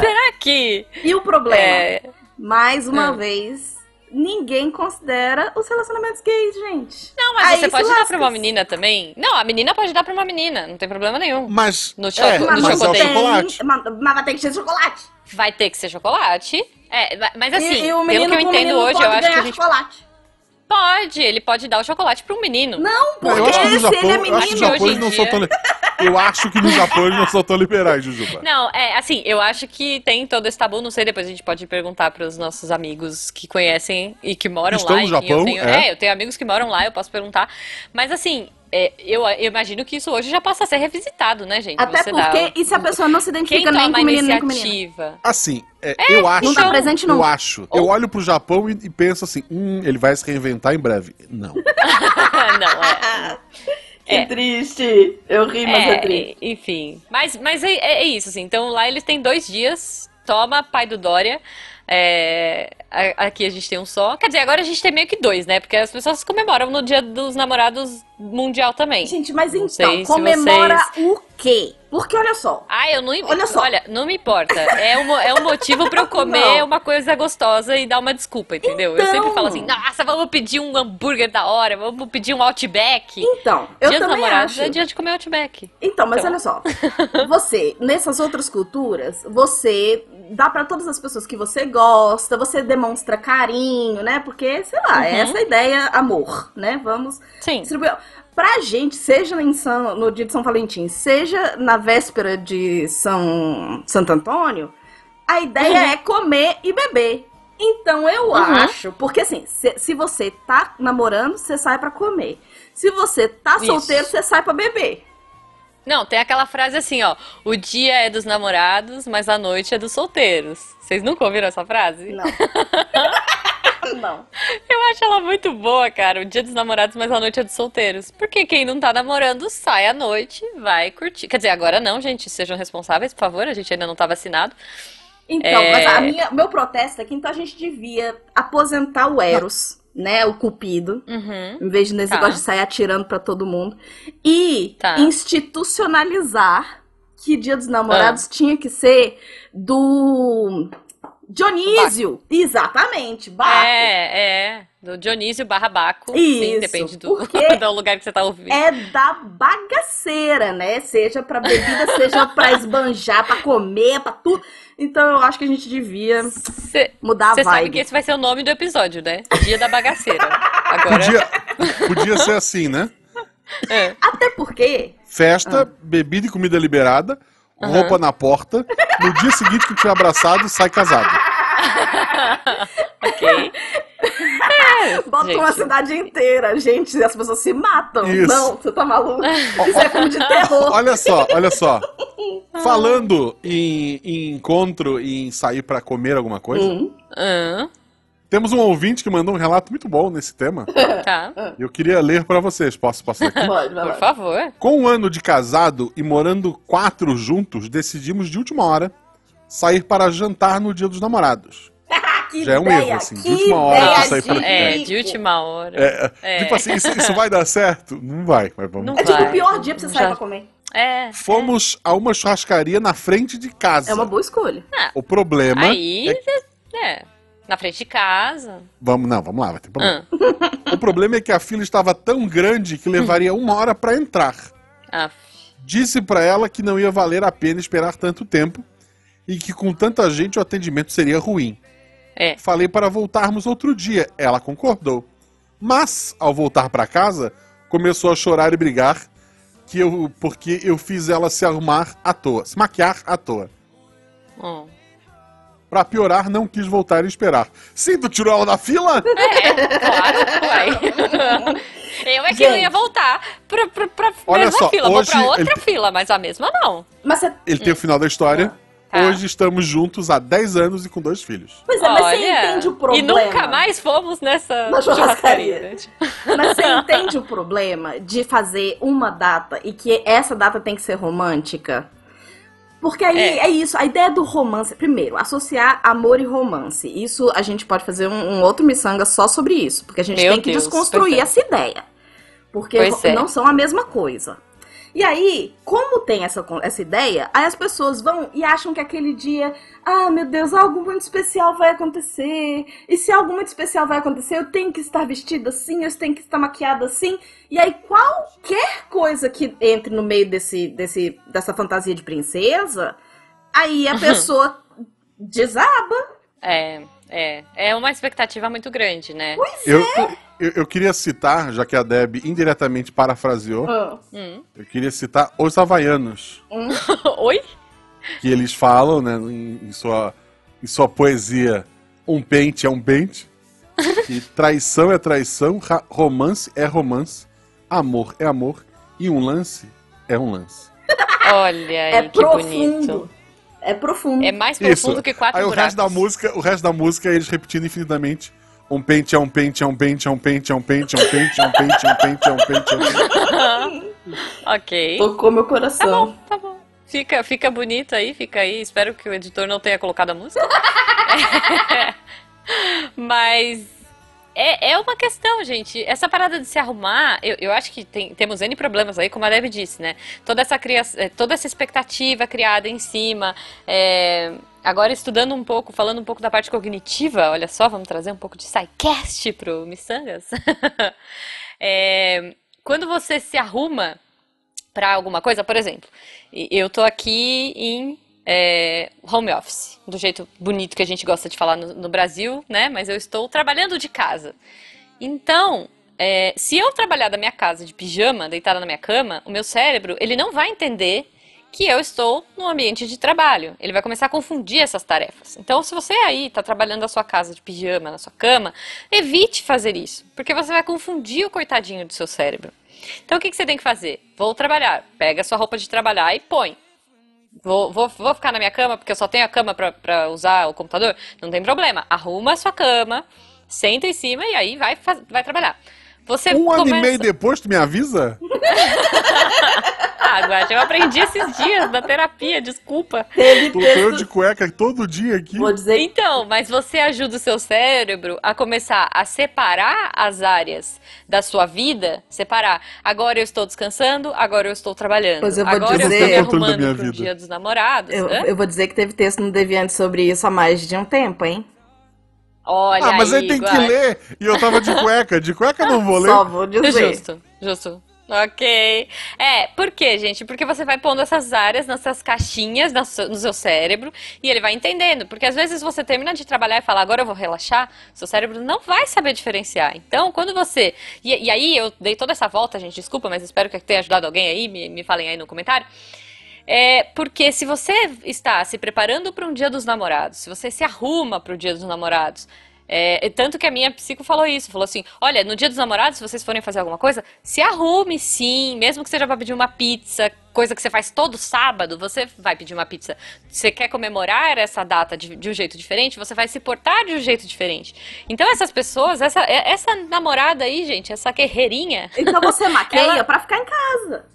[SPEAKER 2] Será que.
[SPEAKER 3] e o problema?
[SPEAKER 2] É,
[SPEAKER 3] Mais uma
[SPEAKER 2] Hum.
[SPEAKER 3] vez, ninguém considera os relacionamentos gays, gente.
[SPEAKER 2] Não, mas
[SPEAKER 3] Aí
[SPEAKER 2] você
[SPEAKER 3] se
[SPEAKER 2] pode dar
[SPEAKER 3] Ah, lasca.
[SPEAKER 2] pra uma menina também. Não, a menina pode dar pra uma menina, não tem problema nenhum.
[SPEAKER 1] Mas.
[SPEAKER 2] No choco- no
[SPEAKER 1] mas é o
[SPEAKER 2] chocoteio.
[SPEAKER 1] chocolate.
[SPEAKER 3] Mas, mas vai ter que ser chocolate.
[SPEAKER 2] Vai ter que ser chocolate. É, ma- mas assim,
[SPEAKER 3] e, e
[SPEAKER 2] pelo
[SPEAKER 3] o menino
[SPEAKER 2] que eu
[SPEAKER 3] com o
[SPEAKER 2] entendo
[SPEAKER 3] menino
[SPEAKER 2] hoje,
[SPEAKER 3] pode
[SPEAKER 2] eu acho que
[SPEAKER 3] ganhar
[SPEAKER 2] a gente
[SPEAKER 3] chocolate.
[SPEAKER 2] pode. Ele pode dar o chocolate pra um menino.
[SPEAKER 3] Não,
[SPEAKER 1] Não, eu
[SPEAKER 3] porque
[SPEAKER 1] acho que no
[SPEAKER 3] se ele é
[SPEAKER 1] Japão, eu acho que no
[SPEAKER 3] menino,
[SPEAKER 2] menino
[SPEAKER 1] Japão
[SPEAKER 2] hoje
[SPEAKER 1] eles
[SPEAKER 2] em
[SPEAKER 1] não são
[SPEAKER 2] dia.
[SPEAKER 1] tão li- Eu acho que no Japão eles não são tão liberais, Jujuba.
[SPEAKER 2] Não, é assim, eu acho que tem todo esse tabu, não sei, depois a gente pode perguntar para os nossos amigos que conhecem e que moram
[SPEAKER 1] Estão
[SPEAKER 2] lá.
[SPEAKER 1] no
[SPEAKER 2] enfim, eu
[SPEAKER 1] Japão,
[SPEAKER 2] tenho-
[SPEAKER 1] é.
[SPEAKER 2] eu tenho amigos que moram lá, eu posso perguntar. Mas assim, é, eu, eu imagino que isso hoje já possa ser revisitado, né, gente?
[SPEAKER 3] até
[SPEAKER 2] Você dá-
[SPEAKER 3] porque, e se a pessoa não se
[SPEAKER 2] quem
[SPEAKER 3] identifica
[SPEAKER 2] toma
[SPEAKER 3] nem com
[SPEAKER 2] a
[SPEAKER 3] o menino nem com o menino?
[SPEAKER 2] iniciativa?
[SPEAKER 1] Assim, é, eu acho.
[SPEAKER 3] Não tá presente
[SPEAKER 1] Eu
[SPEAKER 3] nunca.
[SPEAKER 1] acho. Eu olho pro Japão e, e penso assim: hum, ele vai se reinventar em breve. Não.
[SPEAKER 2] não, é.
[SPEAKER 3] Ah, Que triste. Eu ri, mas é, triste.
[SPEAKER 2] É, enfim. Mas, mas é, é isso, assim. Então lá eles têm dois dias. Toma, pai do Dória. É, a- aqui a gente tem um só. Quer dizer, agora a gente tem meio que dois, né? Porque as pessoas comemoram no dia dos namorados mundial também.
[SPEAKER 3] Gente, mas
[SPEAKER 2] Não
[SPEAKER 3] então,
[SPEAKER 2] sei se
[SPEAKER 3] comemora o quê? Porque olha só,
[SPEAKER 2] Ah, eu não.
[SPEAKER 3] Olha só.
[SPEAKER 2] Olha, não me importa. É um, é um motivo pra eu comer
[SPEAKER 3] Não.
[SPEAKER 2] uma coisa gostosa e dar uma desculpa, entendeu? Eu
[SPEAKER 3] Então.
[SPEAKER 2] sempre falo assim: nossa, vamos pedir um hambúrguer da hora, vamos pedir um outback.
[SPEAKER 3] então, eu
[SPEAKER 2] dia dos
[SPEAKER 3] também
[SPEAKER 2] namorados
[SPEAKER 3] acho.
[SPEAKER 2] é dia de comer outback.
[SPEAKER 3] Então, mas
[SPEAKER 2] Então.
[SPEAKER 3] olha só. Você, nessas outras culturas, você dá pra todas as pessoas que você gosta, você demonstra carinho, né? Porque, sei lá, é
[SPEAKER 2] Uhum.
[SPEAKER 3] essa a ideia, amor, né? Vamos
[SPEAKER 2] Sim.
[SPEAKER 3] distribuir. Pra gente, seja em São- no dia de São Valentim, seja na véspera de São Santo Antônio, a ideia
[SPEAKER 2] Uhum.
[SPEAKER 3] é comer e beber. Então eu
[SPEAKER 2] Uhum.
[SPEAKER 3] acho, porque assim, se, se você tá namorando, você sai pra comer. Se você tá
[SPEAKER 2] Isso.
[SPEAKER 3] solteiro, você sai pra beber.
[SPEAKER 2] Não, tem aquela frase assim, ó. O dia é dos namorados, mas a noite é dos solteiros. Vocês nunca ouviram essa frase?
[SPEAKER 3] Não. não.
[SPEAKER 2] Eu acho ela muito boa, cara. O dia dos namorados, mas a noite é dos solteiros. Porque quem não tá namorando sai à noite, vai curtir. Quer dizer, agora não, gente. Sejam responsáveis, por favor. A gente ainda não tá vacinado.
[SPEAKER 3] Então,
[SPEAKER 2] É.
[SPEAKER 3] mas a minha, meu protesto é que então a gente devia aposentar o Eros, né? O Cupido.
[SPEAKER 2] Uhum.
[SPEAKER 3] Em vez de nesse
[SPEAKER 2] Tá.
[SPEAKER 3] negócio de sair atirando pra todo mundo. E
[SPEAKER 2] Tá.
[SPEAKER 3] institucionalizar que Dia dos
[SPEAKER 2] Ah.
[SPEAKER 3] Namorados tinha que ser do Dionísio. Exatamente, Baco.
[SPEAKER 2] É, é. Do Dionísio barra Baco. Sim,
[SPEAKER 3] Isso,
[SPEAKER 2] depende do,
[SPEAKER 3] porque-
[SPEAKER 2] do lugar que você tá ouvindo.
[SPEAKER 3] É da bagaceira, né? Seja pra bebida, seja pra esbanjar, pra comer, pra tudo. Então eu acho que a gente devia
[SPEAKER 2] Você
[SPEAKER 3] mudar a
[SPEAKER 2] sabe que
[SPEAKER 3] vibe.
[SPEAKER 2] esse vai ser o nome do episódio, né? Dia da bagaceira. Agora.
[SPEAKER 1] Podia, podia ser assim, né?
[SPEAKER 2] É.
[SPEAKER 3] Até porque
[SPEAKER 2] Ah.
[SPEAKER 1] Festa, bebida e comida liberada, roupa na porta. No dia seguinte que tiver abraçado, sai casado.
[SPEAKER 2] ok.
[SPEAKER 3] Bota uma
[SPEAKER 2] Gente.
[SPEAKER 3] cidade inteira, gente, as pessoas se matam.
[SPEAKER 1] Isso.
[SPEAKER 3] Não, você tá maluco? Isso é filme de
[SPEAKER 2] Oh.
[SPEAKER 3] terror.
[SPEAKER 1] Olha só, olha só.
[SPEAKER 2] Ah.
[SPEAKER 1] Falando em, em encontro e em sair pra comer alguma coisa,
[SPEAKER 3] Hum.
[SPEAKER 2] Hã?
[SPEAKER 1] temos um ouvinte que mandou um relato muito bom nesse tema.
[SPEAKER 2] tá.
[SPEAKER 1] Eu queria ler pra vocês. Posso passar aqui?
[SPEAKER 3] Pode, vai
[SPEAKER 2] Por
[SPEAKER 3] lá.
[SPEAKER 2] favor.
[SPEAKER 1] Com um ano de casado e morando quatro juntos, decidimos de última hora sair para jantar no Dia dos Namorados.
[SPEAKER 3] Ah, que
[SPEAKER 1] Já é um
[SPEAKER 3] ideia,
[SPEAKER 1] erro, assim, de
[SPEAKER 3] que
[SPEAKER 1] última hora
[SPEAKER 3] ideia
[SPEAKER 1] pra sair pra-
[SPEAKER 3] de
[SPEAKER 2] É,
[SPEAKER 3] rico.
[SPEAKER 2] de última hora.
[SPEAKER 1] É,
[SPEAKER 2] É.
[SPEAKER 1] Tipo assim, isso, isso vai dar certo? Não vai, mas vamos.
[SPEAKER 2] Não
[SPEAKER 3] É tipo
[SPEAKER 2] Vai.
[SPEAKER 3] o pior dia pra você sair
[SPEAKER 2] Já-
[SPEAKER 3] pra comer.
[SPEAKER 2] É.
[SPEAKER 1] Fomos a uma churrascaria na frente de casa.
[SPEAKER 3] É uma boa escolha.
[SPEAKER 1] O problema.
[SPEAKER 2] Aí, é. Na frente de casa.
[SPEAKER 1] Vamos, não, vamos lá, vai ter problema.
[SPEAKER 2] Hã?
[SPEAKER 3] Ah.
[SPEAKER 1] O problema é que a fila estava tão grande que levaria uma hora para entrar.
[SPEAKER 2] Ah,
[SPEAKER 1] Disse para ela que não ia valer a pena esperar tanto tempo e que com tanta gente o atendimento seria ruim.
[SPEAKER 2] É.
[SPEAKER 1] Falei para voltarmos outro dia, ela concordou. Mas, ao voltar para casa, começou a chorar e brigar que eu, porque eu fiz ela se arrumar à toa, se maquiar à toa.
[SPEAKER 2] hum.
[SPEAKER 1] Pra piorar, não quis voltar e esperar. Sim, tu tirou ela da fila?
[SPEAKER 2] É, claro. Uai. Eu é que não ia
[SPEAKER 3] Gente.
[SPEAKER 2] voltar pra, pra, pra
[SPEAKER 1] Olha
[SPEAKER 2] mesma
[SPEAKER 1] só,
[SPEAKER 2] fila. Vou
[SPEAKER 1] hoje
[SPEAKER 2] pra outra
[SPEAKER 1] ele-
[SPEAKER 2] fila, mas a mesma não.
[SPEAKER 3] Mas você.
[SPEAKER 1] Ele tem o final da história.
[SPEAKER 2] Tá.
[SPEAKER 1] Hoje estamos juntos há 10 anos e com dois filhos.
[SPEAKER 3] Pois é, mas você
[SPEAKER 2] Olha,
[SPEAKER 3] entende o
[SPEAKER 2] E
[SPEAKER 3] problema.
[SPEAKER 2] nunca mais fomos nessa
[SPEAKER 3] Na churrascaria.
[SPEAKER 2] né? Tipo,
[SPEAKER 3] Mas você entende o problema de fazer uma data e que essa data tem que ser romântica? Porque aí
[SPEAKER 2] É.
[SPEAKER 3] é. isso, a ideia do romance, primeiro, associar amor e romance. Isso a gente pode fazer um, um outro miçanga só sobre isso, porque a gente
[SPEAKER 2] Meu
[SPEAKER 3] tem que
[SPEAKER 2] Deus,
[SPEAKER 3] desconstruir
[SPEAKER 2] pois é.
[SPEAKER 3] essa ideia. Porque
[SPEAKER 2] Pois é.
[SPEAKER 3] não são a mesma coisa. E aí, como tem essa, con- essa ideia, aí as pessoas vão e acham que aquele dia, ah, meu Deus, algo muito especial vai acontecer. E se algo muito especial vai acontecer, eu tenho que estar vestida assim, eu tenho que estar maquiada assim. E aí, qualquer coisa que entre no meio desse, desse, dessa fantasia de princesa, aí a
[SPEAKER 2] Uhum.
[SPEAKER 3] pessoa desaba.
[SPEAKER 2] É, é. É uma expectativa muito grande, né?
[SPEAKER 1] Eu, eu, eu queria citar, já que a Deb indiretamente parafraseou,
[SPEAKER 3] Ah,
[SPEAKER 2] Hum.
[SPEAKER 1] eu queria citar os havaianos,
[SPEAKER 3] hum.
[SPEAKER 2] Oi?
[SPEAKER 1] que eles falam, né, em, em sua, em sua poesia, um pente é um pente, que traição é traição, ra- romance é romance, amor é amor, e um lance é um lance.
[SPEAKER 2] Olha aí,
[SPEAKER 3] É
[SPEAKER 2] que
[SPEAKER 3] profundo.
[SPEAKER 2] bonito.
[SPEAKER 3] É profundo.
[SPEAKER 2] É mais
[SPEAKER 1] Isso.
[SPEAKER 2] profundo que quatro
[SPEAKER 1] Aí o
[SPEAKER 2] buracos.
[SPEAKER 1] resto da música, o resto da música é eles repetindo infinitamente. Um pente é um pente, é um pente, é um pente, é um pente, é um pente, é um pente, é um pente, é um pente. é um pente.
[SPEAKER 2] ok.
[SPEAKER 3] Tocou meu
[SPEAKER 2] Tá bom,
[SPEAKER 3] coração.
[SPEAKER 2] tá bom. Fica, fica bonito aí, fica aí. Espero que o editor não tenha colocado a música. Mas é, é uma questão, gente. Essa parada de se arrumar, eu, eu acho que tem- temos N problemas aí, como a Deb disse, né? Toda essa, cria, eh, toda essa expectativa criada em cima. é, agora, estudando um pouco, falando um pouco da parte cognitiva, olha só, vamos trazer um pouco de sidecast pro Missangas. É, quando você se arruma para alguma coisa, por exemplo, e- eu tô aqui em é, home office, do jeito bonito que a gente gosta de falar no, no Brasil, né? Mas eu estou trabalhando de casa. Então, é, se eu trabalhar da minha casa de pijama, deitada na minha cama, o meu cérebro ele não vai entender que eu estou no ambiente de trabalho. Ele vai começar a confundir essas tarefas. Então, se você aí está trabalhando da sua casa de pijama, na sua cama, evite fazer isso, porque você vai confundir o coitadinho do seu cérebro. Então, o que, que você tem que fazer? Vou trabalhar. Pega a sua roupa de trabalhar e põe. Vou, vou, vou ficar na minha cama, porque eu só tenho a cama pra- pra usar o computador? Não tem problema. Arruma a sua cama, senta em cima e aí vai, faz- vai trabalhar. Você
[SPEAKER 1] Um ano e
[SPEAKER 2] começa-
[SPEAKER 1] meio depois, tu me avisa?
[SPEAKER 2] Ah, Guaxa, eu aprendi esses dias na terapia, desculpa.
[SPEAKER 3] Teve
[SPEAKER 1] Tô eu de
[SPEAKER 3] texto.
[SPEAKER 1] cueca todo dia aqui.
[SPEAKER 3] Vou dizer
[SPEAKER 2] Então, mas você ajuda o seu cérebro a começar a separar as áreas da sua vida, separar. Agora eu estou descansando, agora eu estou trabalhando.
[SPEAKER 3] Pois eu vou
[SPEAKER 2] agora eu
[SPEAKER 3] dizer-
[SPEAKER 2] estou me
[SPEAKER 1] Eu não tenho controle da
[SPEAKER 2] arrumando
[SPEAKER 1] minha
[SPEAKER 2] pro
[SPEAKER 1] vida.
[SPEAKER 2] dia dos namorados. né?
[SPEAKER 3] Eu,
[SPEAKER 2] Hã?
[SPEAKER 3] eu vou dizer que teve texto no Deviante sobre isso há mais de um tempo, hein?
[SPEAKER 2] Olha
[SPEAKER 1] Ah, mas
[SPEAKER 2] aí,
[SPEAKER 1] aí tem que
[SPEAKER 2] Guaxa.
[SPEAKER 1] ler. E eu tava de cueca. De cueca eu não vou ler.
[SPEAKER 3] Só vou dizer.
[SPEAKER 2] Justo, justo. Ok. É, por quê, gente? Porque você vai pondo essas áreas nessas caixinhas na su- no seu cérebro e ele vai entendendo. Porque às vezes você termina de trabalhar e fala, agora eu vou relaxar, seu cérebro não vai saber diferenciar. Então, quando você. E, e aí, eu dei toda essa volta, gente, desculpa, mas espero que tenha ajudado alguém aí, me, me falem aí no comentário. É, porque se você está se preparando para um dia dos namorados, se você se arruma para o dia dos namorados, é, e tanto que a minha psico falou isso, falou assim: olha, no dia dos namorados, se vocês forem fazer alguma coisa, se arrume sim, mesmo que seja pra pedir uma pizza, coisa que você faz todo sábado, você vai pedir uma pizza. Você quer comemorar essa data de, de um jeito diferente, você vai se portar de um jeito diferente. Então, essas pessoas, essa, é- essa namorada aí, gente, essa guerreirinha,
[SPEAKER 3] Então você maquia
[SPEAKER 2] Ela-
[SPEAKER 3] pra ficar em casa.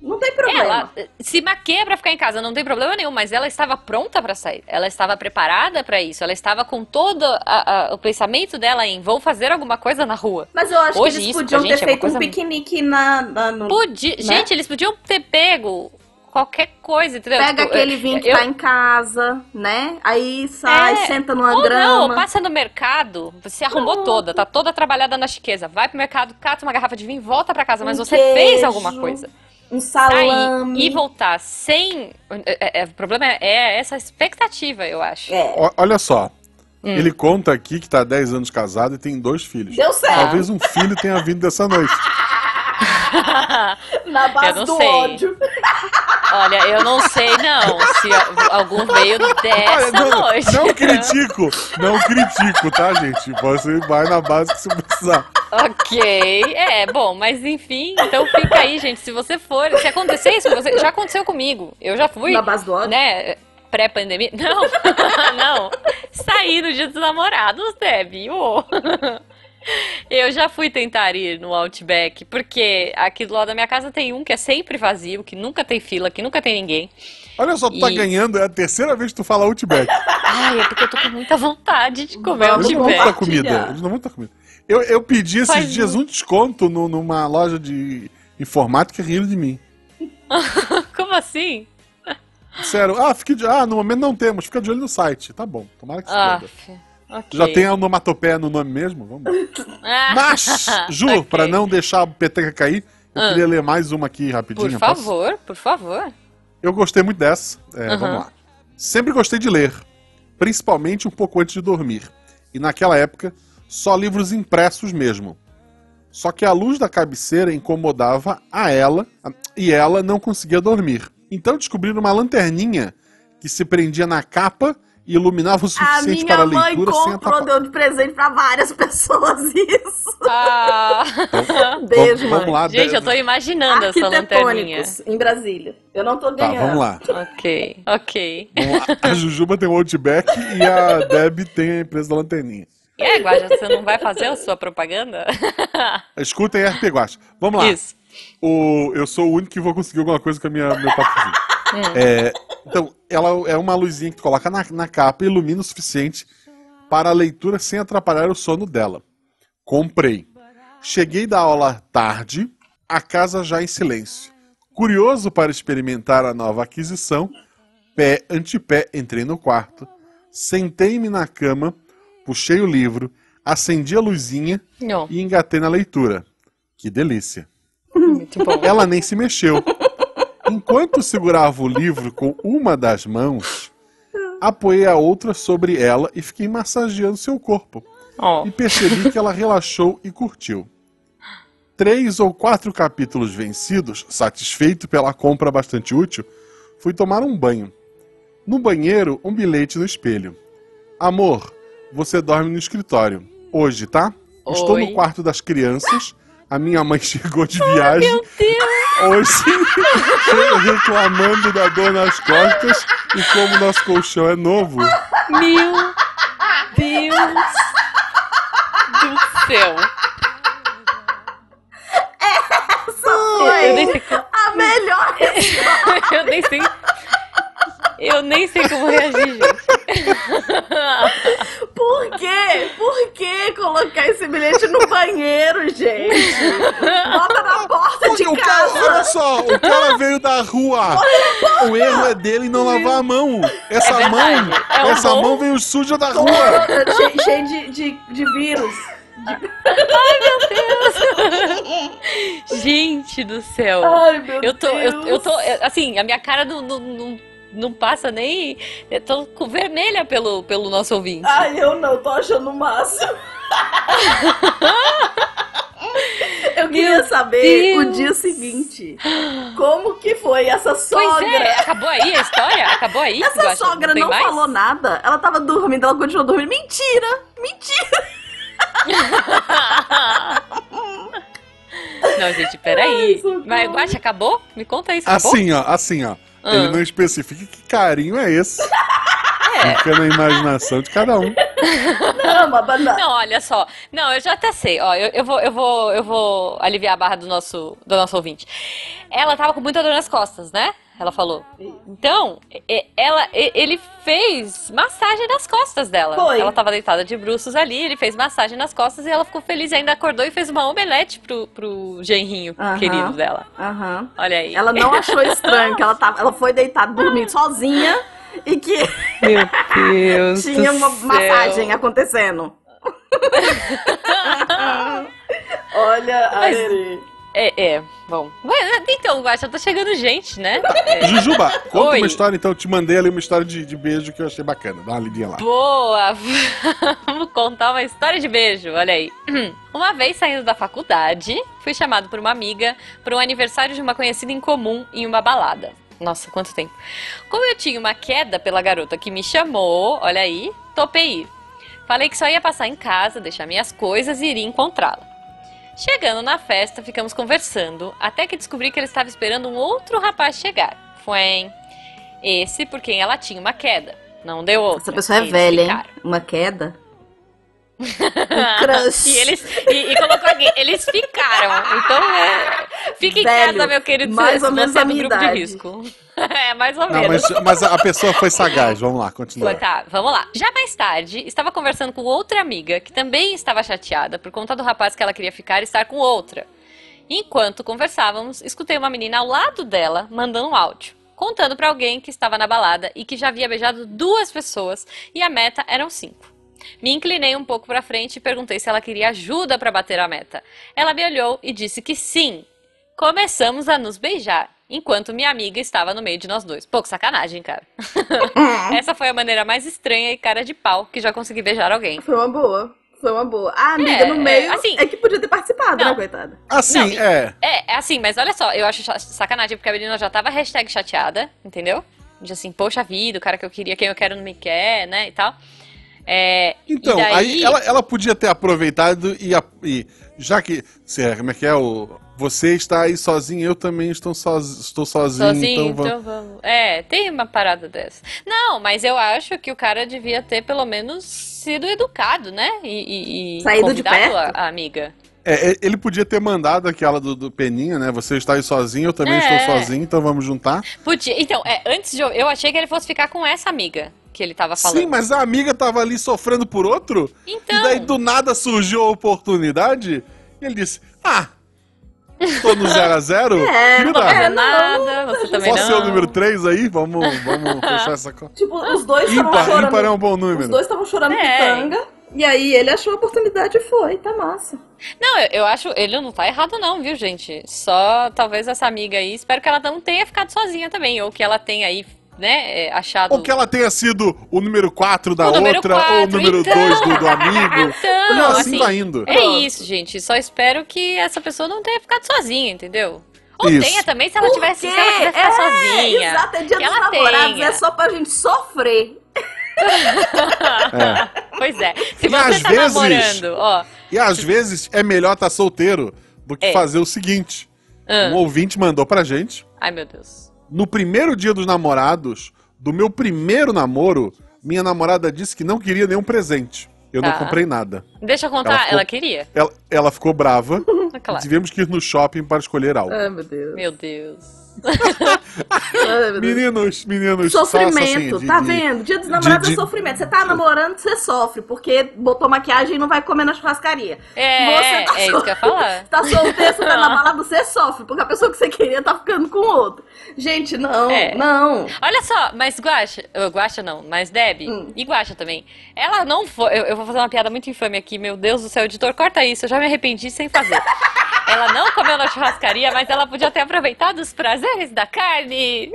[SPEAKER 3] Não tem problema.
[SPEAKER 2] ela eh, se maqueia pra ficar em casa, não tem problema nenhum, mas ela estava pronta pra sair. Ela estava preparada pra isso. Ela estava com todo a- a- o pensamento dela em vou fazer alguma coisa na rua.
[SPEAKER 3] Mas eu acho
[SPEAKER 2] Hoje
[SPEAKER 3] que eles
[SPEAKER 2] isso pra
[SPEAKER 3] podiam
[SPEAKER 2] gente
[SPEAKER 3] ter
[SPEAKER 2] é uma
[SPEAKER 3] feito um
[SPEAKER 2] coisa-
[SPEAKER 3] piquenique na, na- no...
[SPEAKER 2] Podia, Gente, eles podiam ter pego qualquer coisa, entendeu?
[SPEAKER 3] Pega
[SPEAKER 2] Tipo,
[SPEAKER 3] aquele vinho que
[SPEAKER 2] eu-
[SPEAKER 3] tá em casa, né? Aí sai,
[SPEAKER 2] É,
[SPEAKER 3] senta numa
[SPEAKER 2] Ou não,
[SPEAKER 3] grama.
[SPEAKER 2] passa no mercado, se arrumou
[SPEAKER 3] Pronto.
[SPEAKER 2] toda, tá toda trabalhada na chiqueza. Vai pro mercado, cata uma garrafa de vinho, volta pra casa, mas
[SPEAKER 3] Um
[SPEAKER 2] você fez
[SPEAKER 3] queijo,
[SPEAKER 2] alguma coisa.
[SPEAKER 3] um
[SPEAKER 2] Sair
[SPEAKER 3] salame.
[SPEAKER 2] e voltar sem. é, é, é, o problema é, é essa expectativa, eu acho.
[SPEAKER 3] É.
[SPEAKER 1] O- olha só.
[SPEAKER 2] Hum.
[SPEAKER 1] Ele conta aqui que tá há 10 anos casado e tem dois filhos.
[SPEAKER 3] Deu
[SPEAKER 2] É.
[SPEAKER 3] certo.
[SPEAKER 1] Talvez um filho tenha vindo dessa noite.
[SPEAKER 3] Na
[SPEAKER 2] Ah, Eu
[SPEAKER 3] base
[SPEAKER 2] não
[SPEAKER 3] do
[SPEAKER 2] sei.
[SPEAKER 3] ódio.
[SPEAKER 2] Olha, eu não sei não se a- algum veio
[SPEAKER 1] Olha,
[SPEAKER 2] dessa
[SPEAKER 1] não,
[SPEAKER 2] noite.
[SPEAKER 1] não critico, não critico, tá, gente? Você vai na base que você precisar.
[SPEAKER 2] Ok, é bom, mas enfim, então fica aí, gente. Se você for, se acontecer isso com você, já aconteceu comigo. Eu já fui,
[SPEAKER 3] Na base do ódio.
[SPEAKER 2] né? Pré-pandemia. Não, não. Saí no dia dos namorados, Debbie. Ô. Eu já fui tentar ir no Outback, porque aqui do lado da minha casa tem um que é sempre vazio, que nunca tem fila, que nunca tem ninguém.
[SPEAKER 1] Olha só, tu tá
[SPEAKER 2] E-
[SPEAKER 1] ganhando, é a terceira vez que tu fala Outback.
[SPEAKER 2] Ai, é porque eu tô com muita vontade de comer
[SPEAKER 3] Vamos
[SPEAKER 1] Eles não vão te
[SPEAKER 2] Outback.
[SPEAKER 1] dar comida. Eles não vão te dar comida. Eu, eu pedi esses
[SPEAKER 2] Faz
[SPEAKER 1] dias
[SPEAKER 2] muito.
[SPEAKER 1] um desconto no- numa loja de informática e riram de mim.
[SPEAKER 2] Como assim?
[SPEAKER 1] Sério, ah, fique de... ah, no momento não temos, fica de olho no site. Tá bom, tomara que se
[SPEAKER 2] Ah,
[SPEAKER 1] foda.
[SPEAKER 2] ok.
[SPEAKER 1] Já tem a onomatopeia no nome mesmo? Vamos lá.
[SPEAKER 2] Ah,
[SPEAKER 1] Mas, Ju,
[SPEAKER 2] ok.
[SPEAKER 1] pra não deixar a peteca cair, eu
[SPEAKER 2] Ah.
[SPEAKER 1] queria ler mais uma aqui rapidinho.
[SPEAKER 2] Por
[SPEAKER 1] posso?
[SPEAKER 2] favor, por favor.
[SPEAKER 1] Eu gostei muito dessa. É,
[SPEAKER 2] Aham.
[SPEAKER 1] Vamos lá. Sempre gostei de ler, principalmente um pouco antes de dormir. E naquela época, só livros impressos mesmo. Só que a luz da cabeceira incomodava a ela a- e ela não conseguia dormir. Então descobriram uma lanterninha que se prendia na capa e iluminava o
[SPEAKER 3] A
[SPEAKER 1] suficiente para
[SPEAKER 3] minha
[SPEAKER 1] a
[SPEAKER 3] mãe
[SPEAKER 1] leitura sem
[SPEAKER 3] comprou,
[SPEAKER 1] atrapalhar.
[SPEAKER 3] deu de presente pra várias pessoas isso.
[SPEAKER 2] Ah.
[SPEAKER 3] Beijo,
[SPEAKER 1] vamos
[SPEAKER 3] mãe.
[SPEAKER 1] lá,
[SPEAKER 2] Gente, eu tô imaginando essa lanterninha.
[SPEAKER 3] Arquitetônicos, em Brasília. Eu não tô
[SPEAKER 1] Tá,
[SPEAKER 3] ganhando.
[SPEAKER 1] vamos lá.
[SPEAKER 2] Ok, ok.
[SPEAKER 1] Vamos lá. A Jujuba tem o Outback e a Deb tem a empresa da lanterninha.
[SPEAKER 2] E aí, Guaja, você não vai fazer a sua propaganda?
[SPEAKER 1] Escutem RP Guacha. Vamos lá.
[SPEAKER 2] Isso.
[SPEAKER 1] O, eu sou o único que vou conseguir alguma coisa com a minha, meu papozinho. É, então, ela é uma luzinha que tu coloca na, na capa e ilumina o suficiente para a leitura sem atrapalhar o sono dela. Comprei. Cheguei da aula tarde, a casa já em silêncio. Curioso para experimentar a nova aquisição, pé ante pé entrei no quarto, sentei-me na cama, puxei o livro, acendi a luzinha
[SPEAKER 2] Não,
[SPEAKER 1] e engatei na leitura. Que delícia!
[SPEAKER 2] muito bom.
[SPEAKER 1] Ela nem se mexeu. Enquanto segurava o livro com uma das mãos, apoiei a outra sobre ela e fiquei massageando seu corpo.
[SPEAKER 2] Ó,
[SPEAKER 1] E percebi que ela relaxou e curtiu. Três ou quatro capítulos vencidos, satisfeito pela compra bastante útil, fui tomar um banho. No banheiro, um bilhete no espelho. Amor, você dorme no escritório. Hoje, tá? Estou
[SPEAKER 2] Oi.
[SPEAKER 1] no quarto das crianças. A minha mãe chegou de viagem
[SPEAKER 2] Meu Deus,
[SPEAKER 1] hoje reclamando da dor nas costas e como nosso colchão é novo.
[SPEAKER 2] meu Deus do céu. Eu nem
[SPEAKER 3] Foi
[SPEAKER 2] sei, co-
[SPEAKER 3] a melhor
[SPEAKER 2] eu nem sei. Eu nem sei como reagir, gente.
[SPEAKER 3] Por quê? Por que colocar esse bilhete no banheiro, gente? Bota na porta de
[SPEAKER 1] o cara,
[SPEAKER 3] casa.
[SPEAKER 1] olha só, o cara veio da rua. O erro é dele em não lavar a mão. Essa
[SPEAKER 2] É verdade.
[SPEAKER 1] mão,
[SPEAKER 2] É um
[SPEAKER 1] essa
[SPEAKER 2] bom-
[SPEAKER 1] mão veio suja da rua.
[SPEAKER 3] Che- Cheio de, de, de vírus.
[SPEAKER 2] Gente do céu.
[SPEAKER 3] Ai, meu
[SPEAKER 2] Eu tô, eu,
[SPEAKER 3] Deus.
[SPEAKER 2] eu tô, eu- assim, a minha cara não, não, não, não passa nem. Eu tô com vermelha pelo, pelo nosso ouvinte.
[SPEAKER 3] Ai, eu não, tô achando o máximo. Eu queria
[SPEAKER 2] Meu
[SPEAKER 3] saber o
[SPEAKER 2] Deus.
[SPEAKER 3] dia seguinte. Como que foi essa
[SPEAKER 2] pois
[SPEAKER 3] sogra?
[SPEAKER 2] é, acabou aí a história? Acabou aí?
[SPEAKER 3] Essa
[SPEAKER 2] Guaxa?
[SPEAKER 3] sogra
[SPEAKER 2] tem
[SPEAKER 3] não,
[SPEAKER 2] mais?
[SPEAKER 3] falou nada. Ela tava dormindo, ela continuou dormindo. Mentira! Mentira!
[SPEAKER 2] não, gente, peraí.
[SPEAKER 3] Ai, socorro.
[SPEAKER 2] Mas Guaxa, acabou? Me conta isso, acabou?
[SPEAKER 1] Assim, ó, assim, ó.
[SPEAKER 2] Ah.
[SPEAKER 1] Ele não especifica que carinho é esse.
[SPEAKER 2] É.
[SPEAKER 1] Fica na imaginação de cada um.
[SPEAKER 3] Não, uma banana.
[SPEAKER 2] Não, olha só. Não, eu já até sei. Ó, eu, eu vou, eu vou, eu vou aliviar a barra do nosso, do nosso ouvinte. Ela tava com muita dor nas costas, né? Ela falou. Então, e- e- ela, e- ele fez massagem nas costas dela.
[SPEAKER 3] Foi.
[SPEAKER 2] Ela tava deitada de bruços ali, ele fez massagem nas costas e ela ficou feliz. e Ainda acordou e fez uma omelete pro, pro genrinho
[SPEAKER 3] Aham.
[SPEAKER 2] querido dela.
[SPEAKER 3] Aham.
[SPEAKER 2] Olha aí.
[SPEAKER 3] Ela não achou estranho que ela tava. Ela foi deitada dormir sozinha e que
[SPEAKER 2] Meu Deus
[SPEAKER 3] tinha uma massagem acontecendo. Olha,
[SPEAKER 2] Mas-
[SPEAKER 3] Arerê.
[SPEAKER 2] É, é. Bom. Mas, então, Guaxa, tá chegando gente, né? É.
[SPEAKER 1] Jujuba, conta
[SPEAKER 2] Oi.
[SPEAKER 1] uma história, então. Eu te mandei ali uma história de, de beijo que eu achei bacana. Dá uma lidinha lá.
[SPEAKER 2] Boa! Vamos contar uma história de beijo, olha aí. Uma vez saindo da faculdade, fui chamado por uma amiga para um aniversário de uma conhecida em comum em uma balada. Nossa, quanto tempo. Como eu tinha uma queda pela garota que me chamou, olha aí, topei ir. Falei que só ia passar em casa, deixar minhas coisas e iria encontrá-la. Chegando na festa, ficamos conversando, até que descobri que ela estava esperando um outro rapaz chegar. Foi esse por quem ela tinha uma queda. Não deu outro.
[SPEAKER 3] Essa pessoa é velha, hein? Uma queda. Um crush.
[SPEAKER 2] E eles e, e colocou aqui, eles ficaram. Então, é, fica em
[SPEAKER 3] Velho,
[SPEAKER 2] casa, meu querido,
[SPEAKER 3] mais
[SPEAKER 2] se
[SPEAKER 3] ou
[SPEAKER 2] você
[SPEAKER 3] menos
[SPEAKER 2] é
[SPEAKER 3] a
[SPEAKER 2] do
[SPEAKER 3] minha
[SPEAKER 2] grupo de
[SPEAKER 3] idade.
[SPEAKER 2] risco. É, mais ou
[SPEAKER 1] Não,
[SPEAKER 2] menos.
[SPEAKER 1] mas, mas a pessoa foi sagaz. Vamos lá, continua.
[SPEAKER 2] Foi, tá, vamos lá. Já mais tarde, estava conversando com outra amiga que também estava chateada por conta do rapaz que ela queria ficar e estar com outra. Enquanto conversávamos, escutei uma menina ao lado dela mandando um áudio, contando pra alguém que estava na balada e que já havia beijado duas pessoas e a meta eram cinco. Me inclinei um pouco pra frente e perguntei se ela queria ajuda pra bater a meta. Ela me olhou e disse que sim. Começamos a nos beijar, enquanto minha amiga estava no meio de nós dois. Pouco sacanagem, cara.
[SPEAKER 3] É.
[SPEAKER 2] Essa foi a maneira mais estranha e cara de pau que já consegui beijar alguém.
[SPEAKER 3] Foi uma boa. Foi uma boa. A amiga
[SPEAKER 2] É,
[SPEAKER 3] no meio
[SPEAKER 2] é, assim-
[SPEAKER 3] é que podia ter participado,
[SPEAKER 2] Não.
[SPEAKER 3] né, coitada?
[SPEAKER 1] Assim,
[SPEAKER 2] Não, e-
[SPEAKER 1] é.
[SPEAKER 2] É, é assim, mas olha só, eu acho cha- sacanagem, porque a menina já tava hashtag chateada, entendeu? De assim, poxa vida, o cara que eu queria, quem eu quero não me quer, né, e tal. É, e
[SPEAKER 1] Então,
[SPEAKER 2] daí-
[SPEAKER 1] aí ela, ela podia ter aproveitado e, a- e já que. se é, como é que é? O, você está aí sozinho, eu também estou, soz- estou sozinho,
[SPEAKER 2] Sozinho,
[SPEAKER 1] então vamos.
[SPEAKER 2] então vamos. É, tem uma parada dessa. Não, mas eu acho que o cara devia ter pelo menos sido educado, né? E, e- e
[SPEAKER 3] Saído de
[SPEAKER 2] convidado
[SPEAKER 3] perto.
[SPEAKER 2] A, a amiga.
[SPEAKER 1] É, é, ele podia ter mandado aquela do, do Peninha, né? Você está aí sozinho, eu também
[SPEAKER 2] É.
[SPEAKER 1] estou sozinho, então vamos juntar.
[SPEAKER 2] Podia. Então, é, antes de eu. Eu achei que ele fosse ficar com essa amiga que ele tava Tá falando.
[SPEAKER 1] Sim, mas a amiga tava ali sofrendo por outro,
[SPEAKER 2] Então.
[SPEAKER 1] e daí do nada surgiu a oportunidade, e ele disse: Ah, tô no 0 a 0
[SPEAKER 3] É,
[SPEAKER 1] me
[SPEAKER 2] Não tô
[SPEAKER 1] dá.
[SPEAKER 2] fazendo nada, você também
[SPEAKER 1] Posso ser
[SPEAKER 2] não.
[SPEAKER 1] o número 3 aí? Vamos, vamos fechar essa conta.
[SPEAKER 3] Tipo, os dois estavam
[SPEAKER 1] Ímpar, ímpar é
[SPEAKER 3] chorando.
[SPEAKER 1] um bom
[SPEAKER 3] Os
[SPEAKER 1] número.
[SPEAKER 3] dois estavam chorando
[SPEAKER 2] É.
[SPEAKER 3] pitanga. E aí ele achou a oportunidade e foi, tá massa.
[SPEAKER 2] Não, eu, eu acho, ele não tá errado não, viu, gente? Só talvez essa amiga aí, espero que ela não tenha ficado sozinha também, ou que ela tenha aí, né, é, achado...
[SPEAKER 1] Ou que ela tenha sido o número 4 da
[SPEAKER 2] O número
[SPEAKER 1] outra, ou o
[SPEAKER 2] quatro,
[SPEAKER 1] número 2
[SPEAKER 2] então.
[SPEAKER 1] do, do amigo.
[SPEAKER 2] Então,
[SPEAKER 1] Não, assim
[SPEAKER 2] assim,
[SPEAKER 1] tá indo.
[SPEAKER 2] é
[SPEAKER 3] Pronto.
[SPEAKER 2] isso, gente, só espero que essa pessoa não tenha ficado sozinha, entendeu? Ou
[SPEAKER 1] Isso.
[SPEAKER 2] tenha também, se ela
[SPEAKER 3] Por
[SPEAKER 2] tivesse, se
[SPEAKER 3] quê?
[SPEAKER 2] ela quiser ficar
[SPEAKER 3] É,
[SPEAKER 2] sozinha.
[SPEAKER 3] Exato, é dia
[SPEAKER 2] Que
[SPEAKER 3] dos
[SPEAKER 2] ela
[SPEAKER 3] namorados,
[SPEAKER 2] tenha.
[SPEAKER 3] é só pra gente sofrer.
[SPEAKER 1] É.
[SPEAKER 2] Pois é, se
[SPEAKER 1] E
[SPEAKER 2] você
[SPEAKER 1] às
[SPEAKER 2] tá
[SPEAKER 1] vezes-
[SPEAKER 2] namorando, ó...
[SPEAKER 1] E às vezes é melhor estar solteiro do que
[SPEAKER 2] É.
[SPEAKER 1] fazer o seguinte.
[SPEAKER 2] Ah.
[SPEAKER 1] Um ouvinte mandou pra gente.
[SPEAKER 2] Ai, meu Deus.
[SPEAKER 1] No primeiro dia dos namorados, do meu primeiro namoro, minha namorada disse que não queria nenhum presente. Eu não
[SPEAKER 2] Tá.
[SPEAKER 1] comprei nada.
[SPEAKER 2] Deixa eu contar,
[SPEAKER 1] Ela
[SPEAKER 2] ela,
[SPEAKER 1] ficou-
[SPEAKER 2] queria?
[SPEAKER 1] Ela, ela ficou brava.
[SPEAKER 2] Ah, Claro. Ah.
[SPEAKER 1] Tivemos que ir no shopping para escolher algo.
[SPEAKER 3] Ai, meu Deus.
[SPEAKER 2] Meu Deus.
[SPEAKER 3] Ai, meu Deus.
[SPEAKER 1] Meninos, meninos, só assim,
[SPEAKER 3] Sofrimento,
[SPEAKER 1] de-
[SPEAKER 3] tá
[SPEAKER 1] de-
[SPEAKER 3] vendo? Dia dos namorados
[SPEAKER 1] de-
[SPEAKER 3] é sofrimento. Você tá namorando, você sofre, porque botou maquiagem e não vai comer na churrascaria.
[SPEAKER 2] É,
[SPEAKER 3] Você tá
[SPEAKER 2] é isso que eu ia falar.
[SPEAKER 3] Tá solteiro, você tá na balada, você sofre, porque a pessoa que você queria tá ficando com outro. Gente, não,
[SPEAKER 2] É.
[SPEAKER 3] não.
[SPEAKER 2] Olha só, mas Guaxa, ô, Guaxa não, mas Deb
[SPEAKER 3] Hum.
[SPEAKER 2] e Guaxa também. Ela não foi. Eu, eu vou fazer uma piada muito infame aqui, meu Deus do céu, editor, corta isso, eu já me arrependi sem fazer. ela não comeu na churrascaria, mas ela podia ter aproveitado os prazeres da carne.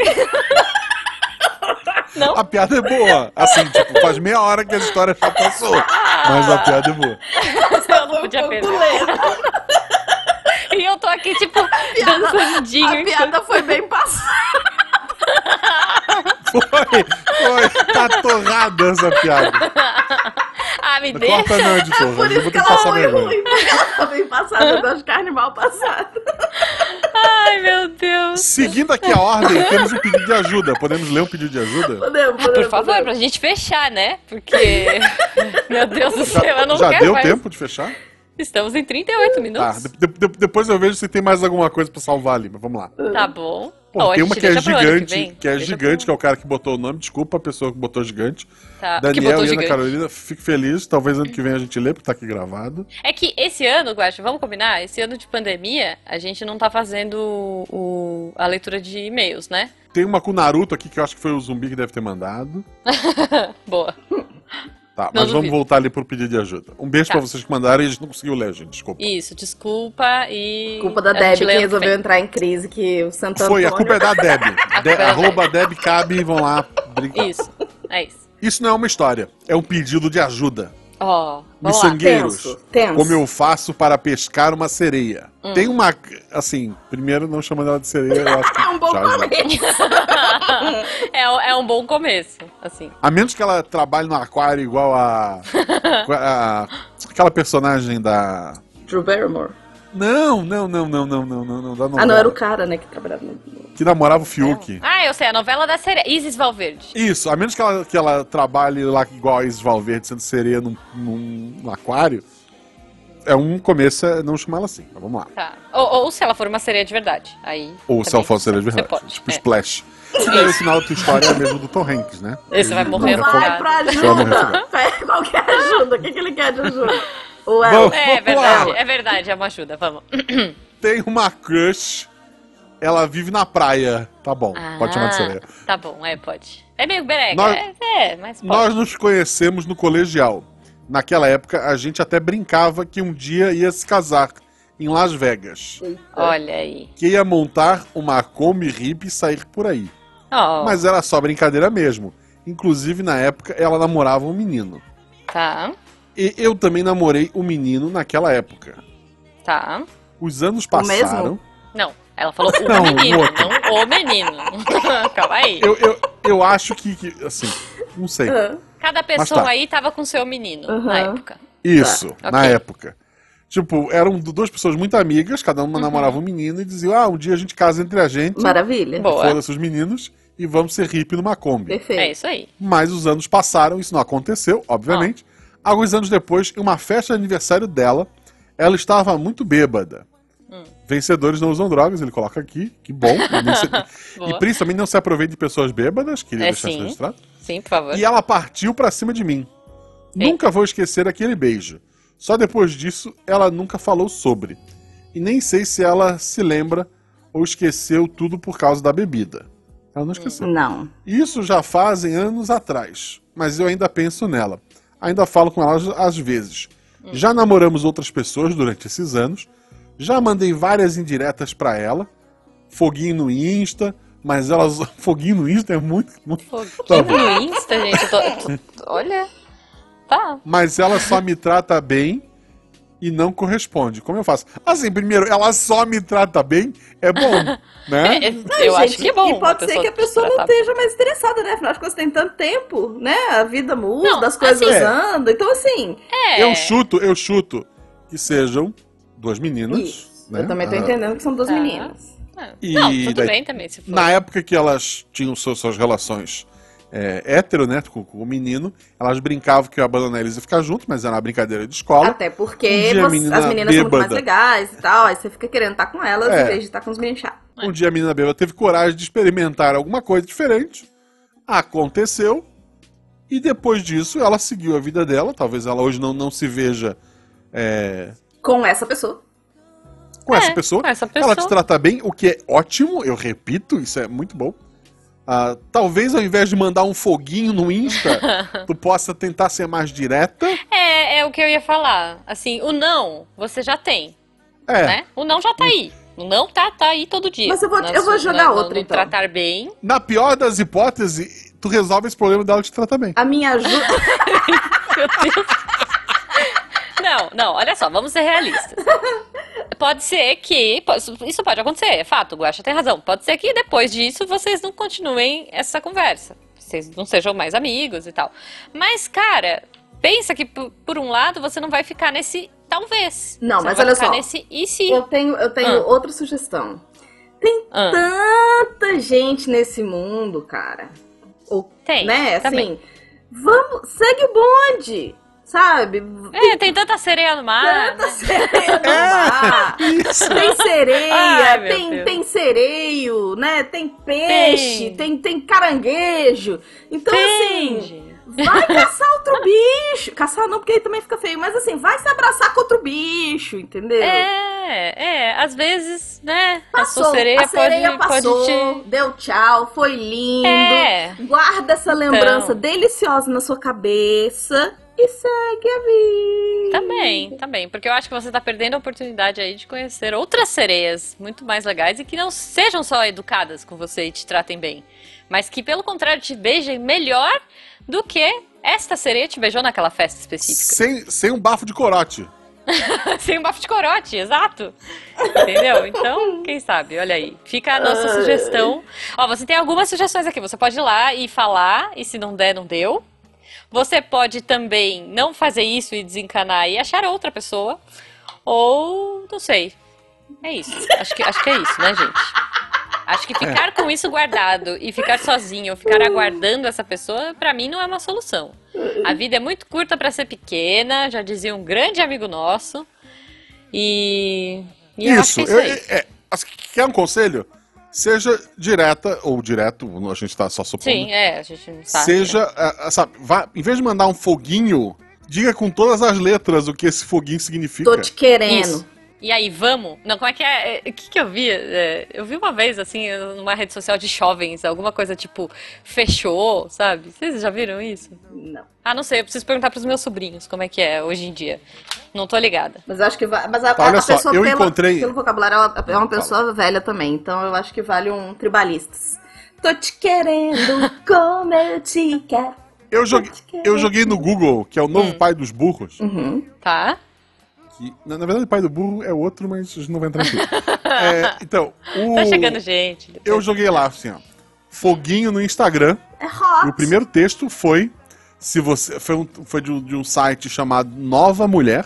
[SPEAKER 2] não?
[SPEAKER 1] A piada é boa. Assim, tipo, faz meia hora que a história já passou. Mas a piada é boa.
[SPEAKER 2] eu não podia
[SPEAKER 3] um
[SPEAKER 2] perder. E eu tô aqui, tipo, dançandinho.
[SPEAKER 3] A piada foi bem passada.
[SPEAKER 1] Foi, foi. Tá torrada essa
[SPEAKER 2] Tá
[SPEAKER 1] piada.
[SPEAKER 2] Ah, me
[SPEAKER 1] Não
[SPEAKER 2] deixa.
[SPEAKER 1] corta não, editor.
[SPEAKER 3] Por
[SPEAKER 1] Eu
[SPEAKER 3] isso
[SPEAKER 1] vou ter
[SPEAKER 3] que
[SPEAKER 1] que
[SPEAKER 3] ela
[SPEAKER 1] passar
[SPEAKER 3] foi
[SPEAKER 1] vergonha.
[SPEAKER 3] ruim, porque ela tá bem passada. Eu gosto de carne mal passada.
[SPEAKER 2] Ai, meu Deus.
[SPEAKER 1] Seguindo aqui a ordem, temos um pedido de ajuda. Podemos ler um pedido de ajuda?
[SPEAKER 3] Podemos,
[SPEAKER 2] Ah, Por
[SPEAKER 3] podemos,
[SPEAKER 2] favor,
[SPEAKER 3] podemos.
[SPEAKER 2] pra gente fechar, né? Porque. Meu Deus do céu, eu não
[SPEAKER 1] já
[SPEAKER 2] quero
[SPEAKER 1] deu
[SPEAKER 2] mais.
[SPEAKER 1] tempo de fechar?
[SPEAKER 2] Estamos em 38
[SPEAKER 1] Tá,
[SPEAKER 2] minutos.
[SPEAKER 1] de- de- depois eu vejo se tem mais alguma coisa pra salvar ali, mas vamos lá.
[SPEAKER 2] Tá bom.
[SPEAKER 1] Pô,
[SPEAKER 2] Ó,
[SPEAKER 1] tem
[SPEAKER 2] a
[SPEAKER 1] uma
[SPEAKER 2] gente
[SPEAKER 1] que é
[SPEAKER 2] deixa pro ano
[SPEAKER 1] gigante, que,
[SPEAKER 2] vem.
[SPEAKER 1] é
[SPEAKER 2] Deixa
[SPEAKER 1] gigante, que
[SPEAKER 2] pro-
[SPEAKER 1] é o cara que botou o nome. Desculpa a pessoa que botou gigante.
[SPEAKER 2] Tá, que
[SPEAKER 1] Daniel
[SPEAKER 2] botou
[SPEAKER 1] e Ana
[SPEAKER 2] gigante.
[SPEAKER 1] Carolina, fique feliz. Talvez ano que vem a gente lê, porque tá aqui gravado.
[SPEAKER 2] É que esse ano, Guaxa, vamos combinar? Esse ano de pandemia, a gente não tá fazendo o- o- a leitura de e-mails, né?
[SPEAKER 1] Tem uma com o Naruto aqui que eu acho que foi o zumbi que deve ter mandado.
[SPEAKER 2] Boa.
[SPEAKER 1] Tá, mas
[SPEAKER 2] Não
[SPEAKER 1] vamos
[SPEAKER 2] duvido.
[SPEAKER 1] voltar ali pro pedido de ajuda. Um beijo
[SPEAKER 2] Tá.
[SPEAKER 1] pra vocês que mandaram e a gente não conseguiu ler, gente. Desculpa.
[SPEAKER 2] Isso, desculpa e.
[SPEAKER 3] Culpa da
[SPEAKER 2] a gente
[SPEAKER 3] Deb que
[SPEAKER 2] lê ano
[SPEAKER 3] resolveu
[SPEAKER 2] vem.
[SPEAKER 3] entrar em crise, que o Santo
[SPEAKER 1] Foi,
[SPEAKER 3] Então, Antônio...
[SPEAKER 1] a culpa é da Deb. De,
[SPEAKER 2] é da
[SPEAKER 1] arroba Deb Cabe, vão lá brigar. Isso.
[SPEAKER 2] Isso, é isso.
[SPEAKER 1] não é uma história, é um pedido de ajuda.
[SPEAKER 2] Ó, vamos lá.
[SPEAKER 1] Miçangueiros,
[SPEAKER 3] Tenso, tenso.
[SPEAKER 1] como eu faço para pescar uma sereia? Tem uma. Assim, primeiro não chamando ela de sereia, eu acho que.
[SPEAKER 3] É um bom
[SPEAKER 1] já ajuda.
[SPEAKER 3] começo.
[SPEAKER 2] é, um- é um bom começo, assim.
[SPEAKER 1] A menos que ela trabalhe no aquário igual a. a- aquela personagem da.
[SPEAKER 3] Drew Barrymore.
[SPEAKER 1] Não, não, não, não, não, não, não, não. Da novela,
[SPEAKER 3] Ah, não, era o cara, né, que trabalhava no...
[SPEAKER 1] Que namorava o Fiuk.
[SPEAKER 2] Ah, eu sei, a novela da série Isis Valverde.
[SPEAKER 1] Isso, a menos que ela, que ela trabalhe lá igual a Isis Valverde sendo sereia num, num- num aquário, é um começo é não chamar ela assim, mas vamos lá.
[SPEAKER 2] Tá. Ou, ou se ela for uma sereia de verdade. Aí.
[SPEAKER 1] Ou
[SPEAKER 2] também
[SPEAKER 1] se ela for sereia de
[SPEAKER 2] Tá você
[SPEAKER 1] verdade,
[SPEAKER 2] pode,
[SPEAKER 1] tipo
[SPEAKER 2] é.
[SPEAKER 1] Splash. E daí o final da tua história é mesmo do Tom Hanks, né?
[SPEAKER 2] Esse vai
[SPEAKER 1] Ele
[SPEAKER 2] morrer
[SPEAKER 1] não
[SPEAKER 3] Vai
[SPEAKER 1] vai
[SPEAKER 3] pra
[SPEAKER 1] Só morrer afogado.
[SPEAKER 3] ajuda. Vai, é Qualquer ajuda. O que, que ele quer de ajuda? Ué,
[SPEAKER 1] Bom.
[SPEAKER 2] É
[SPEAKER 1] Vamos lá.
[SPEAKER 2] verdade, é verdade, é uma ajuda, vamos.
[SPEAKER 1] tem uma crush, ela vive na praia. Tá bom, pode chamar de sereia.
[SPEAKER 2] Ah, Tá bom, é, pode. É meio bereca,
[SPEAKER 1] Nós-
[SPEAKER 2] é, é, mas pode.
[SPEAKER 1] Nós nos conhecemos no colegial. Naquela época, a gente até brincava que um dia ia se casar em Las Vegas.
[SPEAKER 2] Olha aí.
[SPEAKER 1] Que ia montar uma Kombi hippie e sair por aí.
[SPEAKER 3] Ah.
[SPEAKER 2] Ó,
[SPEAKER 1] Mas era só brincadeira mesmo. Inclusive, na época, ela namorava um menino.
[SPEAKER 2] tá,
[SPEAKER 1] E eu também namorei um menino naquela época.
[SPEAKER 2] tá.
[SPEAKER 1] Os anos
[SPEAKER 3] O mesmo?
[SPEAKER 1] passaram.
[SPEAKER 2] Não, ela falou o
[SPEAKER 1] Não,
[SPEAKER 2] menino,
[SPEAKER 1] outro.
[SPEAKER 2] não o menino. Calma aí.
[SPEAKER 1] Eu, eu, eu acho que, que. Assim, não sei.
[SPEAKER 3] Ah,
[SPEAKER 2] Cada
[SPEAKER 1] Mas
[SPEAKER 2] pessoa
[SPEAKER 1] tá.
[SPEAKER 2] aí tava com seu menino na
[SPEAKER 3] Uhum.
[SPEAKER 2] época.
[SPEAKER 1] Isso,
[SPEAKER 2] Tá,
[SPEAKER 1] na
[SPEAKER 2] ok.
[SPEAKER 1] época. Tipo, eram du- duas pessoas muito amigas, cada
[SPEAKER 3] Uhum.
[SPEAKER 1] uma namorava um menino e diziam: ah, um dia a gente casa entre a gente,
[SPEAKER 3] maravilha.
[SPEAKER 2] Boa.
[SPEAKER 1] foda-se os meninos, e vamos ser hippie numa Kombi.
[SPEAKER 2] É
[SPEAKER 3] Perfeito.
[SPEAKER 2] isso aí.
[SPEAKER 1] Mas os anos passaram, isso não aconteceu, obviamente.
[SPEAKER 2] Ah.
[SPEAKER 1] Alguns anos depois, em uma festa de aniversário dela, ela estava muito bêbada.
[SPEAKER 2] Hum.
[SPEAKER 1] Vencedores não usam drogas, ele coloca aqui, que bom. Nem se-
[SPEAKER 2] Boa.
[SPEAKER 1] e principalmente não se aproveita de pessoas bêbadas, queria
[SPEAKER 2] É,
[SPEAKER 1] deixar
[SPEAKER 2] sim.
[SPEAKER 1] isso registrado.
[SPEAKER 2] Sim, por favor.
[SPEAKER 1] E ela partiu pra cima de mim.
[SPEAKER 2] Sim.
[SPEAKER 1] Nunca vou esquecer aquele beijo. Só depois disso, ela nunca falou sobre. E nem sei se ela se lembra ou esqueceu tudo por causa da bebida. Ela não esqueceu.
[SPEAKER 3] Não.
[SPEAKER 1] Isso já fazem anos atrás, mas eu ainda penso nela. Ainda falo com ela às vezes. Já namoramos outras pessoas durante esses anos. Já mandei várias indiretas pra ela. Foguinho no Insta, mas elas. Foguinho no Insta é muito. muito...
[SPEAKER 2] Foguinho
[SPEAKER 1] Tá bom.
[SPEAKER 2] no Insta, gente. eu tô- tô- tô- olha. Tá.
[SPEAKER 1] Mas ela só me trata bem e não corresponde. Como eu faço? Assim, primeiro, ela só me trata bem, é bom, né?
[SPEAKER 2] É,
[SPEAKER 3] Ai,
[SPEAKER 2] eu
[SPEAKER 3] gente,
[SPEAKER 2] acho que é bom.
[SPEAKER 3] E pode ser que a pessoa não
[SPEAKER 2] tratar-
[SPEAKER 3] esteja mais interessada, né? Afinal de contas, tem tanto tempo, né? A vida muda,
[SPEAKER 2] Não,
[SPEAKER 3] as coisas
[SPEAKER 1] assim-
[SPEAKER 3] andam. Então, assim.
[SPEAKER 2] É.
[SPEAKER 1] Eu chuto, eu chuto que sejam duas meninas.
[SPEAKER 3] Isso.
[SPEAKER 1] né?
[SPEAKER 3] Eu também tô
[SPEAKER 1] Ah,
[SPEAKER 3] entendendo que são duas
[SPEAKER 2] Tá.
[SPEAKER 3] meninas.
[SPEAKER 2] Ah,
[SPEAKER 1] E
[SPEAKER 2] Não, tudo
[SPEAKER 1] daí-
[SPEAKER 2] bem também, se for.
[SPEAKER 1] Na época que elas tinham suas, suas relações é, hétero, né, com, com o menino, elas brincavam que eu abandonar eles e ficar junto, mas era uma brincadeira de escola.
[SPEAKER 3] Até
[SPEAKER 1] Um
[SPEAKER 3] porque
[SPEAKER 1] dia a
[SPEAKER 3] você-
[SPEAKER 1] menina
[SPEAKER 3] as meninas são muito mais
[SPEAKER 1] bêbada.
[SPEAKER 3] legais e tal. Aí você fica querendo estar com elas
[SPEAKER 1] É.
[SPEAKER 3] em vez de estar com os meninos chatos.
[SPEAKER 1] Um dia a menina bêbada teve coragem de experimentar alguma coisa diferente. Aconteceu. E depois disso, ela seguiu a vida dela. Talvez ela hoje não, não se veja é,
[SPEAKER 3] Com essa pessoa.
[SPEAKER 1] com
[SPEAKER 2] É,
[SPEAKER 1] essa pessoa.
[SPEAKER 2] com essa
[SPEAKER 1] Ela
[SPEAKER 2] pessoa.
[SPEAKER 1] te trata bem, o que é ótimo, eu repito, isso é muito bom. Ah, talvez ao invés de mandar um foguinho no Insta, tu possa tentar ser mais direta.
[SPEAKER 2] É, é o que eu ia falar. Assim, o não, você já tem,
[SPEAKER 1] É,
[SPEAKER 2] né? O não já tá aí. O não tá, tá aí todo dia.
[SPEAKER 3] Mas eu vou-
[SPEAKER 2] Na
[SPEAKER 3] eu
[SPEAKER 2] sua-
[SPEAKER 3] vou jogar
[SPEAKER 2] na- no-
[SPEAKER 3] outra,
[SPEAKER 2] no
[SPEAKER 3] então.
[SPEAKER 2] tratar bem.
[SPEAKER 1] na pior das hipóteses, tu resolve esse problema dela te tratar bem.
[SPEAKER 3] A minha ajuda.
[SPEAKER 2] Meu Deus. Não, não, olha só, vamos ser realistas. Pode ser que. po- Isso pode acontecer, é fato, o Guaxa tem razão. Pode ser que depois disso vocês não continuem essa conversa. Vocês não sejam mais amigos e tal. Mas, cara, pensa que por, por um lado você não vai ficar nesse talvez.
[SPEAKER 3] Não,
[SPEAKER 2] Você
[SPEAKER 3] mas
[SPEAKER 2] vai
[SPEAKER 3] olha
[SPEAKER 2] ficar
[SPEAKER 3] só.
[SPEAKER 2] nesse e se.
[SPEAKER 3] Eu tenho, eu tenho
[SPEAKER 2] Ah.
[SPEAKER 3] outra sugestão. Tem
[SPEAKER 2] Ah.
[SPEAKER 3] tanta gente nesse mundo, cara. Ou,
[SPEAKER 2] Tem,
[SPEAKER 3] né?
[SPEAKER 2] também.
[SPEAKER 3] Assim, vamos, segue o bonde, sabe?
[SPEAKER 2] É, tem tanta sereia no mar.
[SPEAKER 3] Tanta
[SPEAKER 2] né?
[SPEAKER 3] sereia
[SPEAKER 1] É.
[SPEAKER 3] no mar.
[SPEAKER 1] Isso!
[SPEAKER 3] Tem sereia,
[SPEAKER 2] Ai, meu
[SPEAKER 3] tem,
[SPEAKER 2] Deus.
[SPEAKER 3] tem sereio, né? Tem peixe,
[SPEAKER 2] Tem.
[SPEAKER 3] tem, tem caranguejo. Então,
[SPEAKER 2] Tem,
[SPEAKER 3] assim,
[SPEAKER 2] gente.
[SPEAKER 3] Vai caçar outro bicho. Caçar não, porque aí também fica feio. Mas assim, vai se abraçar com outro bicho, entendeu?
[SPEAKER 2] É, é, às vezes, né? a
[SPEAKER 3] Passou.
[SPEAKER 2] sua sereia,
[SPEAKER 3] a sereia
[SPEAKER 2] pode,
[SPEAKER 3] passou,
[SPEAKER 2] pode
[SPEAKER 3] deu tchau, foi lindo.
[SPEAKER 2] te. É.
[SPEAKER 3] Guarda essa lembrança deliciosa na sua cabeça e segue a
[SPEAKER 2] tá
[SPEAKER 3] vida.
[SPEAKER 2] Também, também, porque eu acho que você tá perdendo a oportunidade aí de conhecer outras sereias muito mais legais e que não sejam só educadas com você e te tratem bem, mas que pelo contrário te beijem melhor do que esta sereia te beijou naquela festa específica.
[SPEAKER 1] Sem, sem um bafo de corote.
[SPEAKER 2] Sem um bafo de corote, exato. Entendeu? Então, quem sabe, olha aí. Fica a nossa
[SPEAKER 3] Ai.
[SPEAKER 2] sugestão. Ó, você tem algumas sugestões aqui, você pode ir lá e falar, e se não der, não deu. Você pode também não fazer isso e desencanar e achar outra pessoa. Ou, não sei. É isso. Acho que, acho que é isso, né, gente? Acho que
[SPEAKER 1] É.
[SPEAKER 2] ficar com isso guardado e ficar sozinho, ou ficar aguardando essa pessoa, pra mim não é uma solução. A vida é muito curta pra ser pequena, já dizia um grande amigo nosso. E, e eu acho
[SPEAKER 1] isso,
[SPEAKER 2] que é isso
[SPEAKER 1] eu-
[SPEAKER 2] aí.
[SPEAKER 1] é, é, acho que quer um conselho? Seja direta ou direto, a gente tá só supondo.
[SPEAKER 2] Sim, é, a gente não sabe. né?
[SPEAKER 1] Seja, ah, ah, sabe, vá- em vez de mandar um foguinho, diga com todas as letras o que esse foguinho significa.
[SPEAKER 3] Tô te querendo.
[SPEAKER 2] Isso. E aí, vamos? Não, como é que é? É, O que que eu vi? É, eu vi uma vez, assim, numa rede social de jovens, alguma coisa tipo, fechou, sabe? Vocês já viram isso?
[SPEAKER 3] Não.
[SPEAKER 2] Ah, não sei, eu preciso perguntar pros meus sobrinhos como é que é hoje em dia. Não tô ligada.
[SPEAKER 3] Mas eu acho que vai. Mas a,
[SPEAKER 1] Tá, olha
[SPEAKER 3] a
[SPEAKER 1] só,
[SPEAKER 3] pessoa
[SPEAKER 1] eu
[SPEAKER 3] pela-
[SPEAKER 1] encontrei-
[SPEAKER 3] pelo vocabulário ela é uma
[SPEAKER 1] Não,
[SPEAKER 3] pessoa velha também, então eu acho que vale um tribalistas. Tô te querendo como eu te quero.
[SPEAKER 1] Eu joguei, eu joguei no Google, que é o novo
[SPEAKER 2] Hum.
[SPEAKER 1] pai dos burros.
[SPEAKER 3] Uhum.
[SPEAKER 2] Tá?
[SPEAKER 1] que- na, na verdade, o pai do burro é outro, mas a gente não vai entrar aqui. É, então, o,
[SPEAKER 2] Tá chegando gente.
[SPEAKER 1] eu joguei lá, assim, ó. Foguinho no Instagram.
[SPEAKER 3] É
[SPEAKER 1] E
[SPEAKER 3] hot.
[SPEAKER 1] o primeiro texto foi se você foi, um, foi de, um, de um site chamado Nova Mulher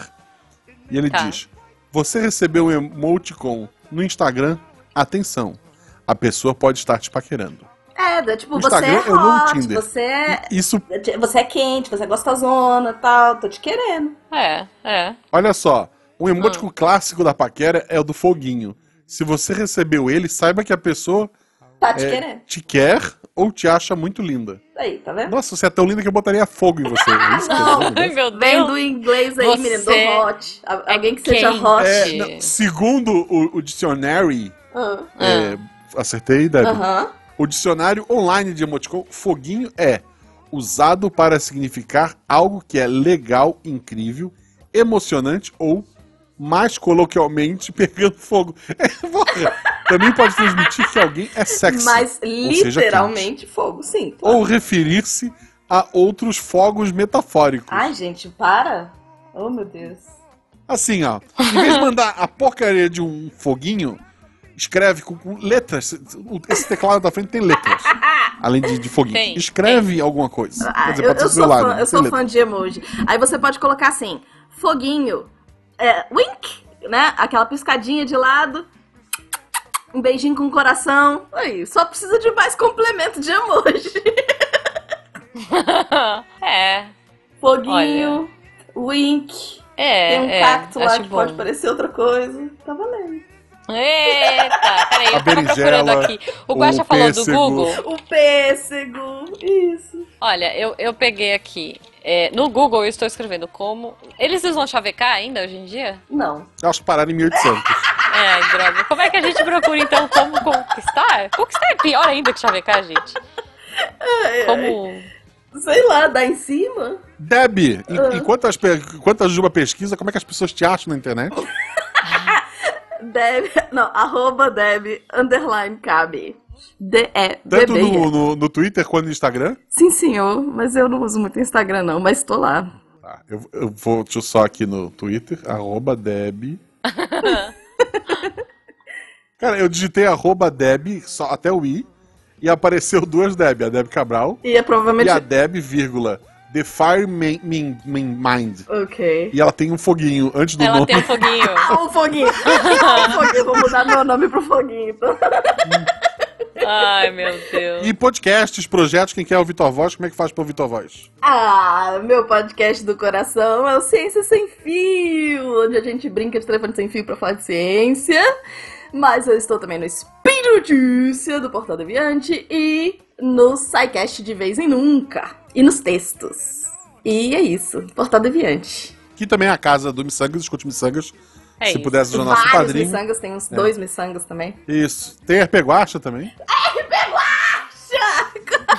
[SPEAKER 1] e ele
[SPEAKER 2] Tá.
[SPEAKER 1] diz: você recebeu um emoticon no Instagram? Atenção, a pessoa pode estar te paquerando.
[SPEAKER 3] É, da- tipo,
[SPEAKER 1] O
[SPEAKER 3] você é
[SPEAKER 1] Instagram é o novo
[SPEAKER 3] hot,
[SPEAKER 1] Tinder.
[SPEAKER 3] você é.
[SPEAKER 1] Isso,
[SPEAKER 3] Você é quente, você é gostosona e tal, tô te querendo.
[SPEAKER 2] É, é.
[SPEAKER 1] olha só, um emoticon clássico da paquera é o do foguinho. Se você recebeu ele, saiba que a pessoa
[SPEAKER 3] Tá te
[SPEAKER 1] É.
[SPEAKER 3] querendo.
[SPEAKER 1] te quer ou te acha muito linda.
[SPEAKER 3] Aí, tá vendo?
[SPEAKER 1] Nossa, você é tão linda que eu botaria fogo em você. É isso que é o negócio?
[SPEAKER 2] Ai, meu
[SPEAKER 3] Vem
[SPEAKER 2] Deus.
[SPEAKER 3] do inglês aí,
[SPEAKER 2] Você
[SPEAKER 3] menino, do hot. A-
[SPEAKER 2] é
[SPEAKER 3] Alguém que seja
[SPEAKER 2] quente.
[SPEAKER 3] hot.
[SPEAKER 1] É, não, segundo o, o dicionário,
[SPEAKER 3] Ah,
[SPEAKER 1] é, acertei, Debbie?
[SPEAKER 3] Aham.
[SPEAKER 1] O dicionário online de emoticon foguinho é usado para significar algo que é legal, incrível, emocionante ou, mais coloquialmente, pegando fogo. É, porra, também pode transmitir que alguém é sexy.
[SPEAKER 3] Mas
[SPEAKER 1] seja,
[SPEAKER 3] literalmente fogo, sim.
[SPEAKER 1] Ou referir-se a outros fogos metafóricos.
[SPEAKER 3] Ai, gente, para. Oh, meu Deus.
[SPEAKER 1] Assim, ó. Em vez de mandar a porcaria de um foguinho, escreve com, com letras. O- Esse teclado da frente tem letras. Além de, de foguinho.
[SPEAKER 2] Tem,
[SPEAKER 1] escreve alguma coisa.
[SPEAKER 3] Ah,
[SPEAKER 1] Quer dizer,
[SPEAKER 3] eu,
[SPEAKER 1] pode ser
[SPEAKER 3] eu
[SPEAKER 1] do
[SPEAKER 3] sou
[SPEAKER 1] meu lado.
[SPEAKER 3] fã, eu
[SPEAKER 1] tem
[SPEAKER 3] sou
[SPEAKER 1] letra.
[SPEAKER 3] fã de emoji. Aí você pode colocar assim, foguinho, é, wink, né? Aquela piscadinha de lado, um beijinho com o coração. Aí, só precisa de mais complemento de emoji.
[SPEAKER 2] é,
[SPEAKER 3] Foguinho, wink,
[SPEAKER 2] é.
[SPEAKER 3] tem um
[SPEAKER 2] é,
[SPEAKER 3] cacto lá
[SPEAKER 2] acho
[SPEAKER 3] que
[SPEAKER 2] bom.
[SPEAKER 3] pode parecer outra coisa. Tá valendo.
[SPEAKER 2] Eita, peraí,
[SPEAKER 1] A
[SPEAKER 2] eu tava procurando
[SPEAKER 1] berinjela,
[SPEAKER 2] aqui. O Guaxa falou do
[SPEAKER 1] pêssego.
[SPEAKER 2] Google.
[SPEAKER 3] O pêssego, isso.
[SPEAKER 2] Olha, eu, eu peguei aqui. é, no Google eu estou escrevendo como. Eles usam chavecar ainda hoje em dia?
[SPEAKER 3] Não.
[SPEAKER 1] Elas pararam em 1800.
[SPEAKER 2] É, droga. Como é que a gente procura então como conquistar? Conquistar é pior ainda que chavecar, gente. Como.
[SPEAKER 3] Sei lá, dá em cima?
[SPEAKER 1] Deb, en-
[SPEAKER 3] Ah.
[SPEAKER 1] enquanto, as, pe- enquanto ajuda a pesquisa, como é que as pessoas te acham na internet?
[SPEAKER 3] Deb, não, arroba Deb, underline cabe. D E D
[SPEAKER 1] Tanto
[SPEAKER 3] B.
[SPEAKER 1] no, no, no Twitter quanto no Instagram.
[SPEAKER 3] Sim, senhor, mas eu não uso muito Instagram não, mas tô lá.
[SPEAKER 1] Tá, eu, eu vou deixa eu só aqui no Twitter, arroba Deb. Cara, eu digitei arroba Deb, só, até o I, e apareceu duas Deb, a Deb Cabral
[SPEAKER 3] E é
[SPEAKER 1] e
[SPEAKER 3] provavelmente
[SPEAKER 1] a Deb, vírgula, The Fire Min- Min- Min- Mind.
[SPEAKER 3] OK.
[SPEAKER 1] E ela tem um foguinho antes do
[SPEAKER 2] Ela
[SPEAKER 1] nome.
[SPEAKER 2] tem um foguinho.
[SPEAKER 3] Ah, o foguinho. Ah, o foguinho, vou mudar meu nome pro foguinho. então.
[SPEAKER 2] Ai, meu Deus.
[SPEAKER 1] E podcasts, projetos, quem quer o Vitor Voz, como é que faz pro Vitor Voz?
[SPEAKER 3] Ah, meu podcast do coração é o Ciência Sem Fio, onde a gente brinca de telefone sem fio pra falar de ciência. Mas eu estou também no Speed Notícia do Portal Deviante e no SciCast de vez em nunca. E nos textos. E é isso, Portal Deviante.
[SPEAKER 1] Que também é a casa do Missangas, escute Missangas.
[SPEAKER 2] É
[SPEAKER 1] se
[SPEAKER 2] isso.
[SPEAKER 1] pudesse ajudar nosso
[SPEAKER 3] Vários
[SPEAKER 1] padrinho. É.
[SPEAKER 3] miçangas, tem uns dois miçangas também.
[SPEAKER 1] Isso. Tem RP Guacha também.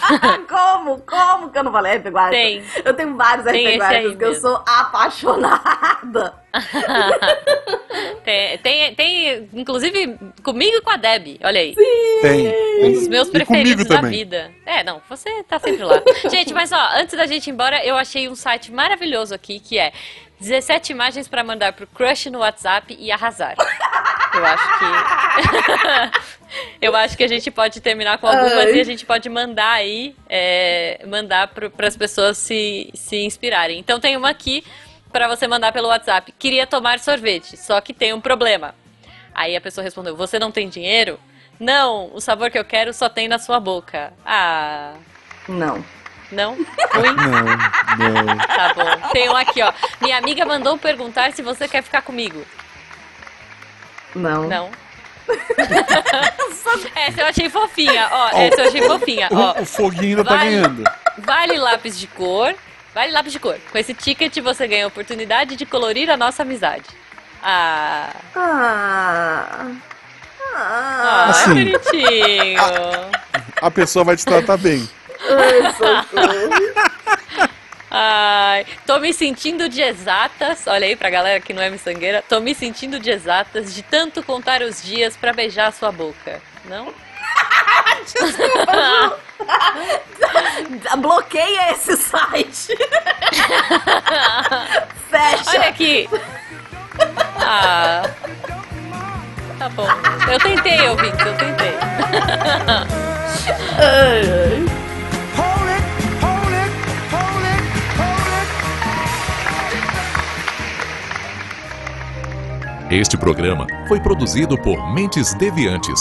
[SPEAKER 3] como? Como que eu não falei RP Guacha?
[SPEAKER 2] Tem.
[SPEAKER 3] Eu tenho vários
[SPEAKER 2] Tem
[SPEAKER 3] RP
[SPEAKER 2] esse
[SPEAKER 3] Guachas
[SPEAKER 2] aí
[SPEAKER 3] que eu
[SPEAKER 2] mesmo.
[SPEAKER 3] sou apaixonada.
[SPEAKER 2] tem, tem, tem, inclusive, comigo e com a Deb. Olha aí.
[SPEAKER 1] Tem.
[SPEAKER 2] Um dos
[SPEAKER 1] tem.
[SPEAKER 2] meus
[SPEAKER 1] E
[SPEAKER 2] preferidos
[SPEAKER 1] comigo
[SPEAKER 2] da
[SPEAKER 1] também.
[SPEAKER 2] vida. É, não, você tá sempre lá. gente, mas ó, antes da gente ir embora, eu achei um site maravilhoso aqui que é 17 imagens pra mandar pro crush no WhatsApp e arrasar. Eu acho que. eu acho que a gente pode terminar com algumas
[SPEAKER 3] Ai.
[SPEAKER 2] e a gente pode mandar aí, é, mandar para as pessoas se, se inspirarem. Então tem uma aqui pra você mandar pelo WhatsApp. Queria tomar sorvete, só que tem um problema. Aí a pessoa respondeu: Você não tem dinheiro? Não, o sabor que eu quero só tem na sua boca. Ah,
[SPEAKER 3] Não.
[SPEAKER 2] não? Ruim?
[SPEAKER 1] Não, não.
[SPEAKER 2] Tá bom. Tem um aqui, ó. Minha amiga mandou perguntar se você quer ficar comigo.
[SPEAKER 3] Não.
[SPEAKER 2] Não. Essa eu achei fofinha, ó. Essa eu achei fofinha, ó.
[SPEAKER 1] O, o foguinho ainda tá
[SPEAKER 2] vai.
[SPEAKER 1] ganhando.
[SPEAKER 2] Vale lápis de cor. Vale lápis de cor. Com esse ticket você ganha a oportunidade de colorir a nossa amizade. Ah,
[SPEAKER 3] Ah.
[SPEAKER 2] ah,
[SPEAKER 3] Ah.
[SPEAKER 1] Assim.
[SPEAKER 2] bonitinho.
[SPEAKER 1] A pessoa vai te tratar bem.
[SPEAKER 3] Ai, socorro.
[SPEAKER 2] Ai, tô me sentindo de exatas. Olha aí pra galera que não é miçangueira. Tô me sentindo de exatas de tanto contar os dias pra beijar a sua boca. Não?
[SPEAKER 3] Bloqueia esse site. Fecha.
[SPEAKER 2] Olha aqui. Ah. Tá bom. Eu tentei, ouvintes, eu tentei.
[SPEAKER 3] Ai, ai.
[SPEAKER 4] Hold it, hold it, hold it, hold it.
[SPEAKER 5] Este programa foi produzido por Mentes Deviantes.